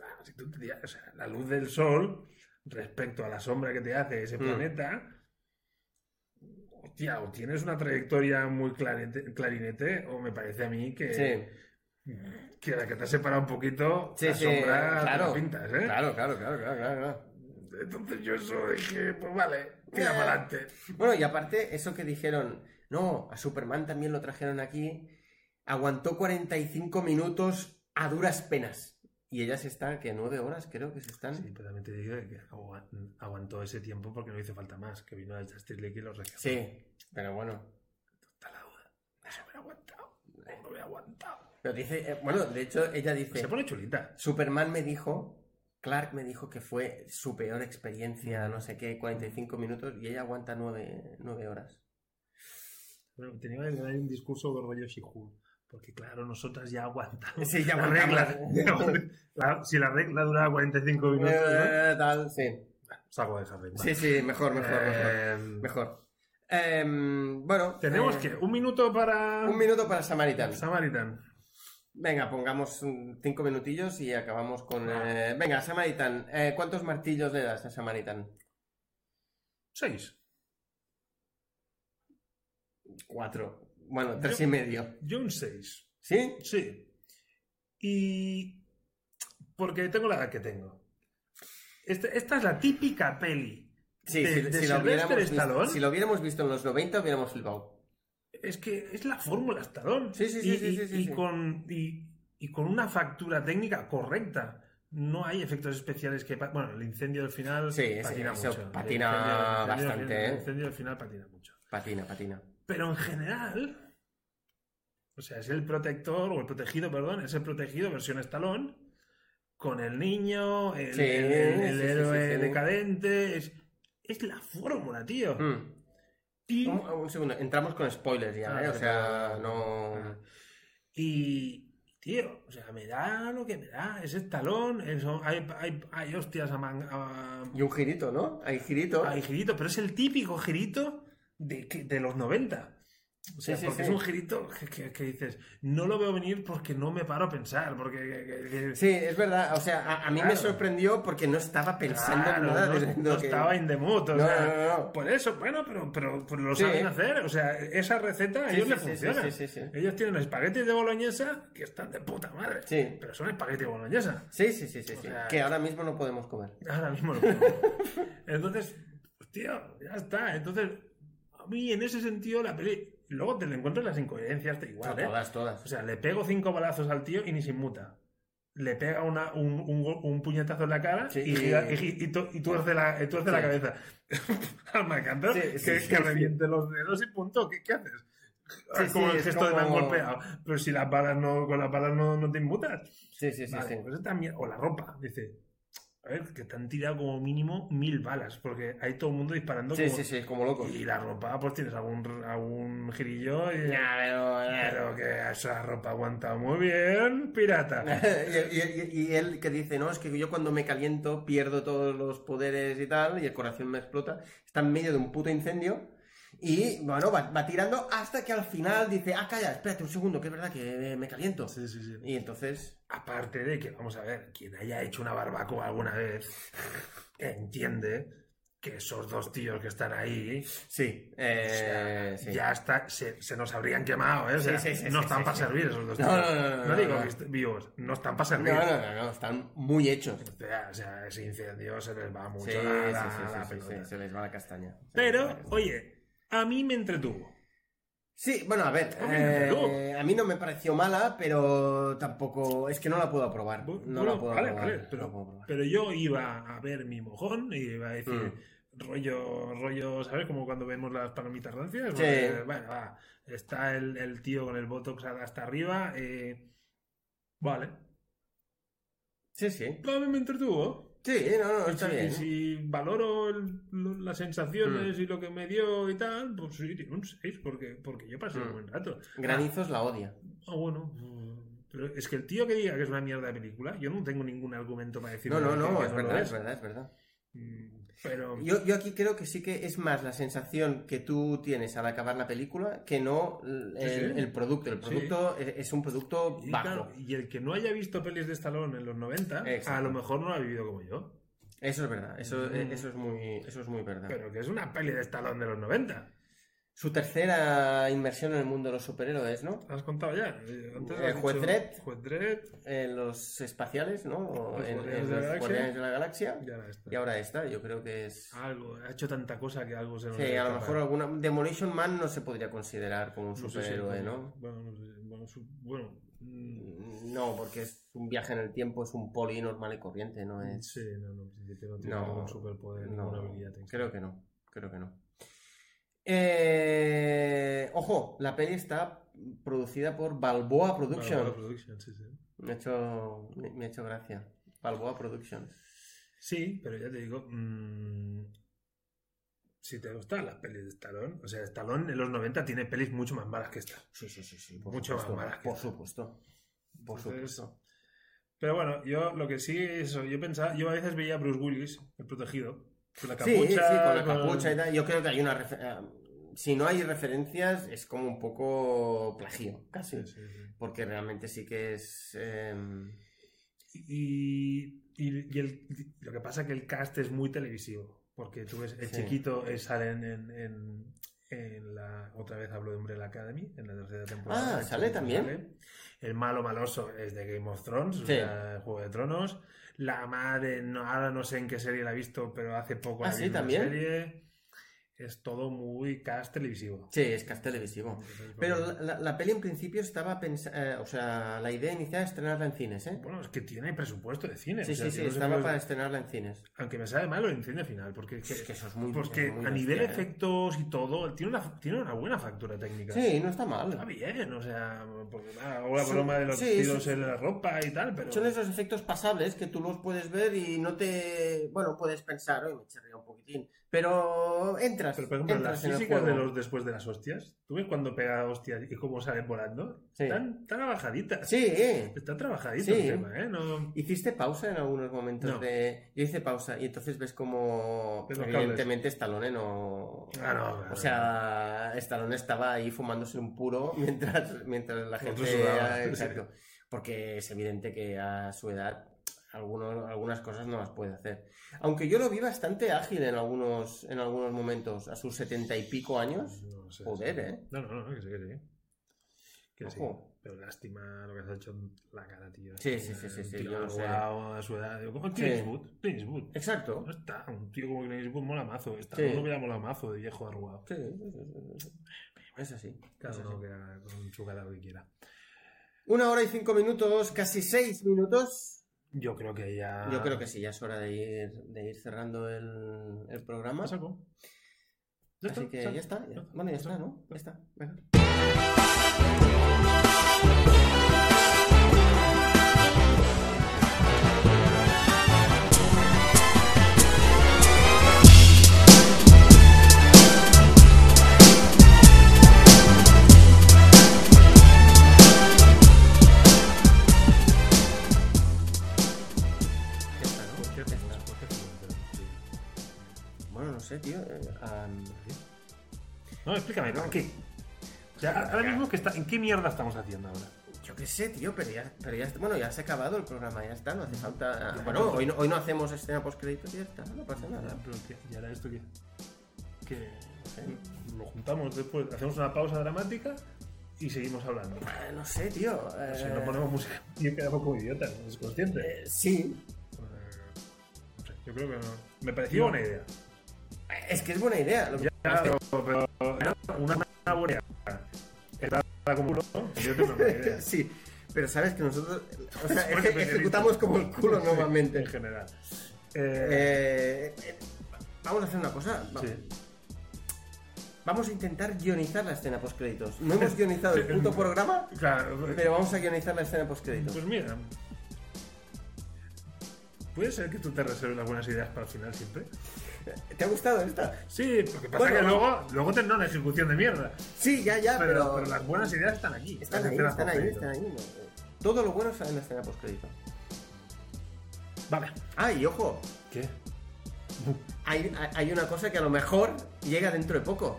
A: Ah, si tú te tiras- o sea, la luz del sol respecto a la sombra que te hace ese
B: Mm.
A: planeta. Hostia, o tienes una trayectoria muy clarete- clarinete, o me parece a mí que,
B: sí.
A: que la que te has separado un poquito,
B: Sí,
A: la
B: sí,
A: sombra te la
B: claro.
A: pintas, ¿eh?
B: Claro, claro, claro, claro, claro, claro.
A: Entonces yo eso dije, pues vale, tira
B: Eh.
A: para adelante.
B: Bueno, y aparte, eso que dijeron, no, a Superman también lo trajeron aquí, aguantó 45 minutos a duras penas. Y ellas están, que nueve horas creo que se están.
A: Sí, pero también te digo que agu- aguantó ese tiempo porque no hizo falta más, que vino el Justice League y lo rescató.
B: Sí, pero bueno.
A: Está la duda. Eso me lo he aguantado. No me lo he aguantado.
B: Pero dice, eh, bueno, de hecho, ella dice,
A: Se pone chulita.
B: Superman me dijo, Clark me dijo que fue su peor experiencia, no sé qué, 45 minutos, y ella aguanta nueve, nueve horas.
A: Bueno, tenía que dar un discurso de rollo Shihul. Porque claro, nosotras ya aguantamos.
B: Sí, ya
A: la
B: aguantamos.
A: regla. La- si la regla duraba 45 minutos, ¿no?
B: Eh, tal, sí.
A: salgo de Harry.
B: Sí, sí, mejor, mejor, mejor. Mejor. Em, bueno.
A: Tenemos
B: eh,
A: que un minuto para
B: Un minuto para Samaritan.
A: Samaritan.
B: Venga, pongamos mm, cinco minutillos y acabamos con.
A: Ah.
B: eh, venga, Samaritan. eh, ¿Cuántos martillos le das a Samaritan?
A: Seis.
B: Cuatro. Bueno, tres
A: Yo-
B: y medio.
A: Yo un seis.
B: ¿Sí?
A: Sí. Y. Porque tengo la edad que tengo. Este- esta es la típica peli.
B: Sí,
A: De-
B: si,
A: de
B: si lo
A: Sylvester
B: hubiéramos visto,
A: Stallone.
B: si lo hubiéramos visto en los 90, hubiéramos flipado.
A: Es que es la fórmula Stallone.
B: Sí, sí, sí,
A: Y-
B: sí,
A: y-
B: sí, sí,
A: y
B: sí.
A: con. Y, y con una factura técnica correcta. No hay efectos especiales que... pa- Bueno, el incendio del final
B: Sí, ese-
A: patina
B: ese
A: mucho. El
B: patina
A: incendio- el incendio-
B: bastante, ¿eh?
A: El incendio del final patina mucho.
B: Patina, patina.
A: Pero en general, o sea, es el protector, o el protegido, perdón, es el protegido versión estalón, con el niño, el,
B: Sí,
A: el- el- el
B: sí, sí,
A: héroe
B: sí, sí.
A: decadente, es, es la fórmula, tío.
B: Mm.
A: Y,
B: Un, un segundo, entramos con spoilers ya,
A: Ah,
B: ¿eh? O
A: sí,
B: sea,
A: sí.
B: no...
A: y, tío, o sea, me da lo que me da, es estalón, es- hay, hay, hay hostias a, man- a-
B: Y un girito, ¿no? Hay girito.
A: hay girito, pero es el típico girito de, que- de los 90. O sea,
B: Sí, sí,
A: porque
B: sí.
A: es un girito que, que- que dices, no lo veo venir porque no me paro a pensar, porque... que- que- que-
B: Sí, es verdad. O sea, a, a mí me
A: Claro.
B: sorprendió porque no estaba pensando
A: Claro,
B: en nada.
A: "Ah, no,
B: desde
A: no
B: que-
A: estaba in the mood, o
B: No,
A: sea,
B: no, no, no.
A: por eso, bueno, pero, pero, pero lo
B: Sí.
A: saben hacer, o sea, esa receta a
B: Sí,
A: ellos
B: sí,
A: les
B: sí,
A: funciona.
B: sí, sí, sí, sí.
A: Ellos tienen espaguetis de boloñesa que están de puta madre,
B: Sí.
A: pero son espaguetis de boloñesa.
B: Sí, sí, sí, sí,
A: O
B: sí.
A: sea-
B: Que ahora mismo no podemos comer.
A: Ahora mismo lo pongo. Entonces, pues, tío, ya está. Entonces, a mí en ese sentido la peli... Luego te le encuentras las incoherencias de igual, ¿eh?
B: todas, todas.
A: O sea, le pego cinco balazos al tío y ni se inmuta. Le pega una- un, un go- un puñetazo en la cara
B: Sí,
A: y,
B: y-
A: gira- y gi- y tu- y tuerce la, y tuerce la
B: Sí.
A: cabeza. Me encanta
B: Sí,
A: que,
B: sí,
A: que
B: sí, sí.
A: reviente los dedos y punto. ¿Qué, qué haces?
B: Sí,
A: como
B: sí,
A: el
B: es
A: gesto de me han
B: como-
A: golpeado. Pero si las balas no, con las balas no, no te inmutas.
B: Sí, sí, sí.
A: Vale,
B: sí.
A: pues esta mier- O la ropa. Dice, a ver, que te han tirado como mínimo mil balas. Porque hay todo el mundo disparando.
B: Sí,
A: como-
B: sí, sí, como loco.
A: Y la ropa, pues tienes algún, algún girillo. Y... Pero que esa ropa aguanta muy bien, pirata.
B: y, y- y él que dice, no, es que yo cuando me caliento pierdo todos los poderes y tal, y el corazón me explota, está en medio de un puto incendio, y bueno, va, va tirando hasta que al final dice, ah, calla, espérate un segundo, que es verdad que eh, me caliento.
A: Sí, sí, sí.
B: Y entonces,
A: Aparte de que, vamos a ver, quien haya hecho una barbacoa alguna vez entiende que esos dos tíos que están ahí
B: sí,
A: o sea,
B: eh, sí.
A: ya está, se, se nos habrían quemado, ¿eh? O sea,
B: Sí, sí, sí,
A: no
B: sí,
A: están
B: sí,
A: para
B: sí.
A: servir esos dos
B: No,
A: tíos.
B: no, no, no, no,
A: digo
B: no.
A: que est- vivos, no están para
B: No,
A: servir.
B: no, no, no, están muy hechos.
A: O sea, o sea, ese incendio se les va mucho
B: Sí, sí,
A: la,
B: sí,
A: la-
B: sí,
A: la
B: sí, sí,
A: pelota.
B: se les va la castaña. Se les va la
A: Pero,
B: castaña.
A: oye, a mí me entretuvo.
B: Sí, bueno, a ver,
A: A mí me
B: eh,
A: gustó.
B: a mí no me pareció mala, pero tampoco, es que no la puedo aprobar.
A: Bu-
B: No
A: bueno,
B: la puedo
A: vale,
B: aprobar.
A: vale, pero-
B: no la puedo aprobar.
A: Pero yo iba a ver mi mojón y iba a decir
B: Mm.
A: rollo, rollo, ¿sabes? Como cuando vemos las palomitas rancias.
B: Sí.
A: eh, Bueno, va, está el, el tío con el botox hasta arriba. eh, vale.
B: Sí, sí.
A: A mí me entretuvo.
B: Sí, no, no,
A: Y
B: Ah, está
A: si-
B: bien. Mm.
A: Y si valoro el- lo- las sensaciones y lo que me dio y tal, pues sí, tiene un 6, porque, porque yo pasé un
B: Mm.
A: buen rato.
B: Granizos la odia.
A: Ah, bueno. mm, Pero es que el tío que diga que es una mierda de película, yo no tengo ningún argumento para decir
B: No, no,
A: que
B: no, es
A: lo
B: verdad,
A: es.
B: es verdad, es verdad.
A: Mm, Pero.
B: Yo, yo aquí creo que sí que es más la sensación que tú tienes al acabar la película que no el,
A: Sí, sí.
B: el producto. El
A: Sí.
B: producto es, es un producto
A: Y,
B: bajo.
A: claro, y el que no haya visto pelis de Stallone en los 90,
B: Exacto.
A: a lo mejor no lo ha vivido como yo.
B: Eso es verdad, eso,
A: Mm.
B: eso, es, muy, eso es muy verdad.
A: Pero que es una peli de Stallone de los 90.
B: Su tercera inmersión en el mundo de los superhéroes, ¿no?
A: ¿Lo has contado ya? Eh, Antes
B: Eh,
A: has
B: Juez
A: dicho
B: Dredd.
A: Juez Dredd,
B: En los espaciales, ¿no? O
A: Los
B: en,
A: Guardianes
B: en
A: de la
B: los
A: Galaxia.
B: Guardianes de la Galaxia.
A: y ahora está.
B: Y ahora esta, yo creo que es...
A: Algo, ha hecho tanta cosa que algo se nos
B: Sí, a lo
A: escapa.
B: mejor alguna... Demolition Man no se podría considerar como un
A: No sé si-
B: superhéroe, ¿no?
A: Bueno, no sé, bueno, su- bueno, mm,
B: No, porque es un viaje en el tiempo, es un poli normal y corriente, no es...
A: Sí, no, no, en principio no tiene
B: No,
A: ningún superpoder, ninguna
B: No,
A: habilidad.
B: creo que no, creo que no. Eh, Ojo, la peli está producida por Balboa Productions.
A: Bueno, production, sí, sí.
B: Me ha hecho, me, me ha hecho gracia. Balboa Productions.
A: Sí, pero ya te digo, mm, si te gustan las pelis de Stallone, o sea, Stallone en los 90 tiene pelis mucho más malas que esta.
B: Sí, sí, sí, sí.
A: Mucho más mala que
B: Por
A: esta.
B: supuesto. Por
A: Entonces,
B: supuesto.
A: Pero bueno, yo lo que sí es eso, yo pensaba, yo a veces veía a Bruce Willis, el protegido, con la
B: sí,
A: capucha,
B: sí, con la
A: con-
B: capucha y tal. Yo creo que hay una refer- ah, Si no hay referencias, es como un poco plagio, casi.
A: Sí, sí, sí.
B: Porque realmente sí que es. eh,
A: Y, y- y el- lo que pasa es que el cast es muy televisivo, porque tú ves, el
B: Sí.
A: chiquito eh, sale en, en- en- en la, otra vez hablo de Umbrella Academy, en la tercera temporada.
B: Ah,
A: El
B: ¿sale
A: chiquito
B: también?
A: El malo maloso es de Game of Thrones, o
B: Sí.
A: sea, Juego de Tronos. La madre, no, ahora no sé en qué serie la he visto, pero hace poco
B: Ah,
A: la vi
B: ¿sí,
A: en una
B: también?
A: serie. es todo muy cast televisivo.
B: Sí, es cast televisivo. Oh, Pero la, la- la peli en principio estaba pensada, o sea, la idea inicial es estrenarla en cines, ¿eh?
A: Bueno, es que tiene presupuesto de cine.
B: Sí,
A: o sea,
B: sí,
A: yo
B: sí,
A: no sé
B: estaba
A: cómo-
B: para estrenarla en cines.
A: Aunque me sale malo el incendio final, porque, que-
B: Es que eso es muy
A: porque
B: es muy
A: a nivel
B: bestia, ¿eh?
A: efectos y todo, tiene una, tiene una buena factura técnica.
B: Sí, no está
A: Está
B: mal.
A: bien, o sea, porque va, hago la
B: Son-
A: broma de los
B: sí,
A: tiros
B: son-
A: en la ropa y tal, pero...
B: Son esos efectos pasables que tú los puedes ver y no te. Bueno, puedes pensar, hoy me chirría un poquitín. Pero entras.
A: Pero, por ejemplo,
B: entras
A: las
B: en el
A: físicas de
B: juego.
A: los después de las hostias, ¿tú ves cuando pega hostias y cómo salen volando?
B: Sí.
A: Están trabajaditas.
B: Sí,
A: Está trabajadito
B: Sí.
A: el tema, ¿eh? No...
B: hiciste pausa en algunos momentos
A: No.
B: de. Yo hice pausa y entonces ves como.
A: Ves los cables.
B: Evidentemente, Stallone no.
A: Ah, no, claro.
B: O sea, Stallone estaba ahí fumándose un puro mientras, mientras la
A: Otro
B: gente.
A: sudaba.
B: Exacto. Porque es evidente que a su edad alguno- algunas cosas no las puede hacer. Aunque yo lo vi bastante ágil en algunos, en algunos momentos, a sus setenta y pico años.
A: pues, No sé,
B: Joder,
A: sí.
B: ¿eh?
A: No, no, no, que sí, que sí. Que sí.
B: Ojo.
A: Pero lástima lo que se ha hecho en la cara, tío.
B: Sí, sí, sí, sí,
A: Un
B: sí,
A: tío
B: yo lo sé.
A: arrugado a su edad. Digo, Como Clint
B: Sí.
A: Eastwood, Clint Eastwood.
B: Exacto.
A: No está, un tío como Clint Eastwood mola mazo. Está,
B: Sí.
A: no hubiera mola mazo de viejo arrugado.
B: Sí, sí, sí, sí, sí. Es así.
A: Cada
B: es así.
A: uno que haga con su cara lo que quiera.
B: Una hora y cinco minutos, casi seis minutos.
A: Yo creo que ya...
B: Yo creo que sí, ya es hora de ir, de ir cerrando el, el programa.
A: ¿Lo saco?
B: Así que ya está. ya- Bueno, ya está, ¿no? Ya está. venga. Ya está, ¿no?
A: ¿Por qué
B: Ya
A: hacemos-
B: está.
A: por qué hacemos esto? pues.
B: Bueno, no sé, tío. eh, am,
A: No, explícame, ¿por qué? O sea, ahora mismo, que está, ¿en qué mierda estamos haciendo ahora?
B: Yo qué sé, tío, pero ya, pero ya, bueno, ya se ha acabado el programa, ya está, no hace falta. ah,
A: Ya,
B: Bueno,
A: no.
B: hoy no, hoy no hacemos escena post créditos y ya está, no pasa
A: Ya,
B: nada.
A: pero ¿qué? ¿Y ahora esto qué? Que lo juntamos después, hacemos una pausa dramática y seguimos hablando.
B: Ah, No sé, tío. eh,
A: Pues Si no ponemos música, yo quedamos como idiotas, ¿no es consciente?
B: eh, sí,
A: No sé, yo creo que no. Me pareció buena idea.
B: es que es buena idea. Lo que pasa es que-
A: pero era una, una buena idea. Estaba como culo, ¿no? yo tengo una idea.
B: sí, pero sabes que nosotros o sea,
A: Porque me
B: ejecutamos
A: grito.
B: como el culo
A: Sí,
B: normalmente.
A: En general. Eh,
B: Eh, eh, vamos a hacer una cosa. va-
A: sí.
B: Vamos a intentar guionizar la escena post créditos. No hemos guionizado el puto programa,
A: Claro,
B: pero vamos a guionizar la escena post créditos.
A: Pues mira. ¿Puede ser que tú te reserves las buenas ideas para el final siempre?
B: ¿Te ha gustado esta?
A: Sí, porque pasa
B: Bueno,
A: que
B: no.
A: luego, luego tendrá una ejecución de mierda.
B: Sí, ya, ya,
A: Pero,
B: pero.
A: pero las buenas ideas están aquí.
B: Están
A: las
B: ahí,
A: escenas
B: están ahí,
A: post-crédito.
B: están ahí. no. Todo lo bueno está en la escena postcrédito.
A: Vale.
B: Ah, y ojo,
A: ¿Qué?
B: hay, hay- hay una cosa que a lo mejor llega dentro de poco.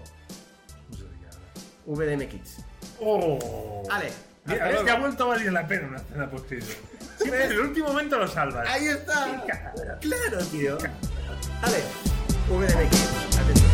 A: No sé de qué hablas.
B: VDM Kids.
A: ¡Oh!
B: Vale, hasta
A: Mira, ves
B: luego.
A: que ha vuelto a valer la pena una escena post-crédito. Siempre en el último momento lo salvas.
B: Ahí está.
A: Qué cabrón.
B: Claro, tío. Vale, VDM Kids. Atención.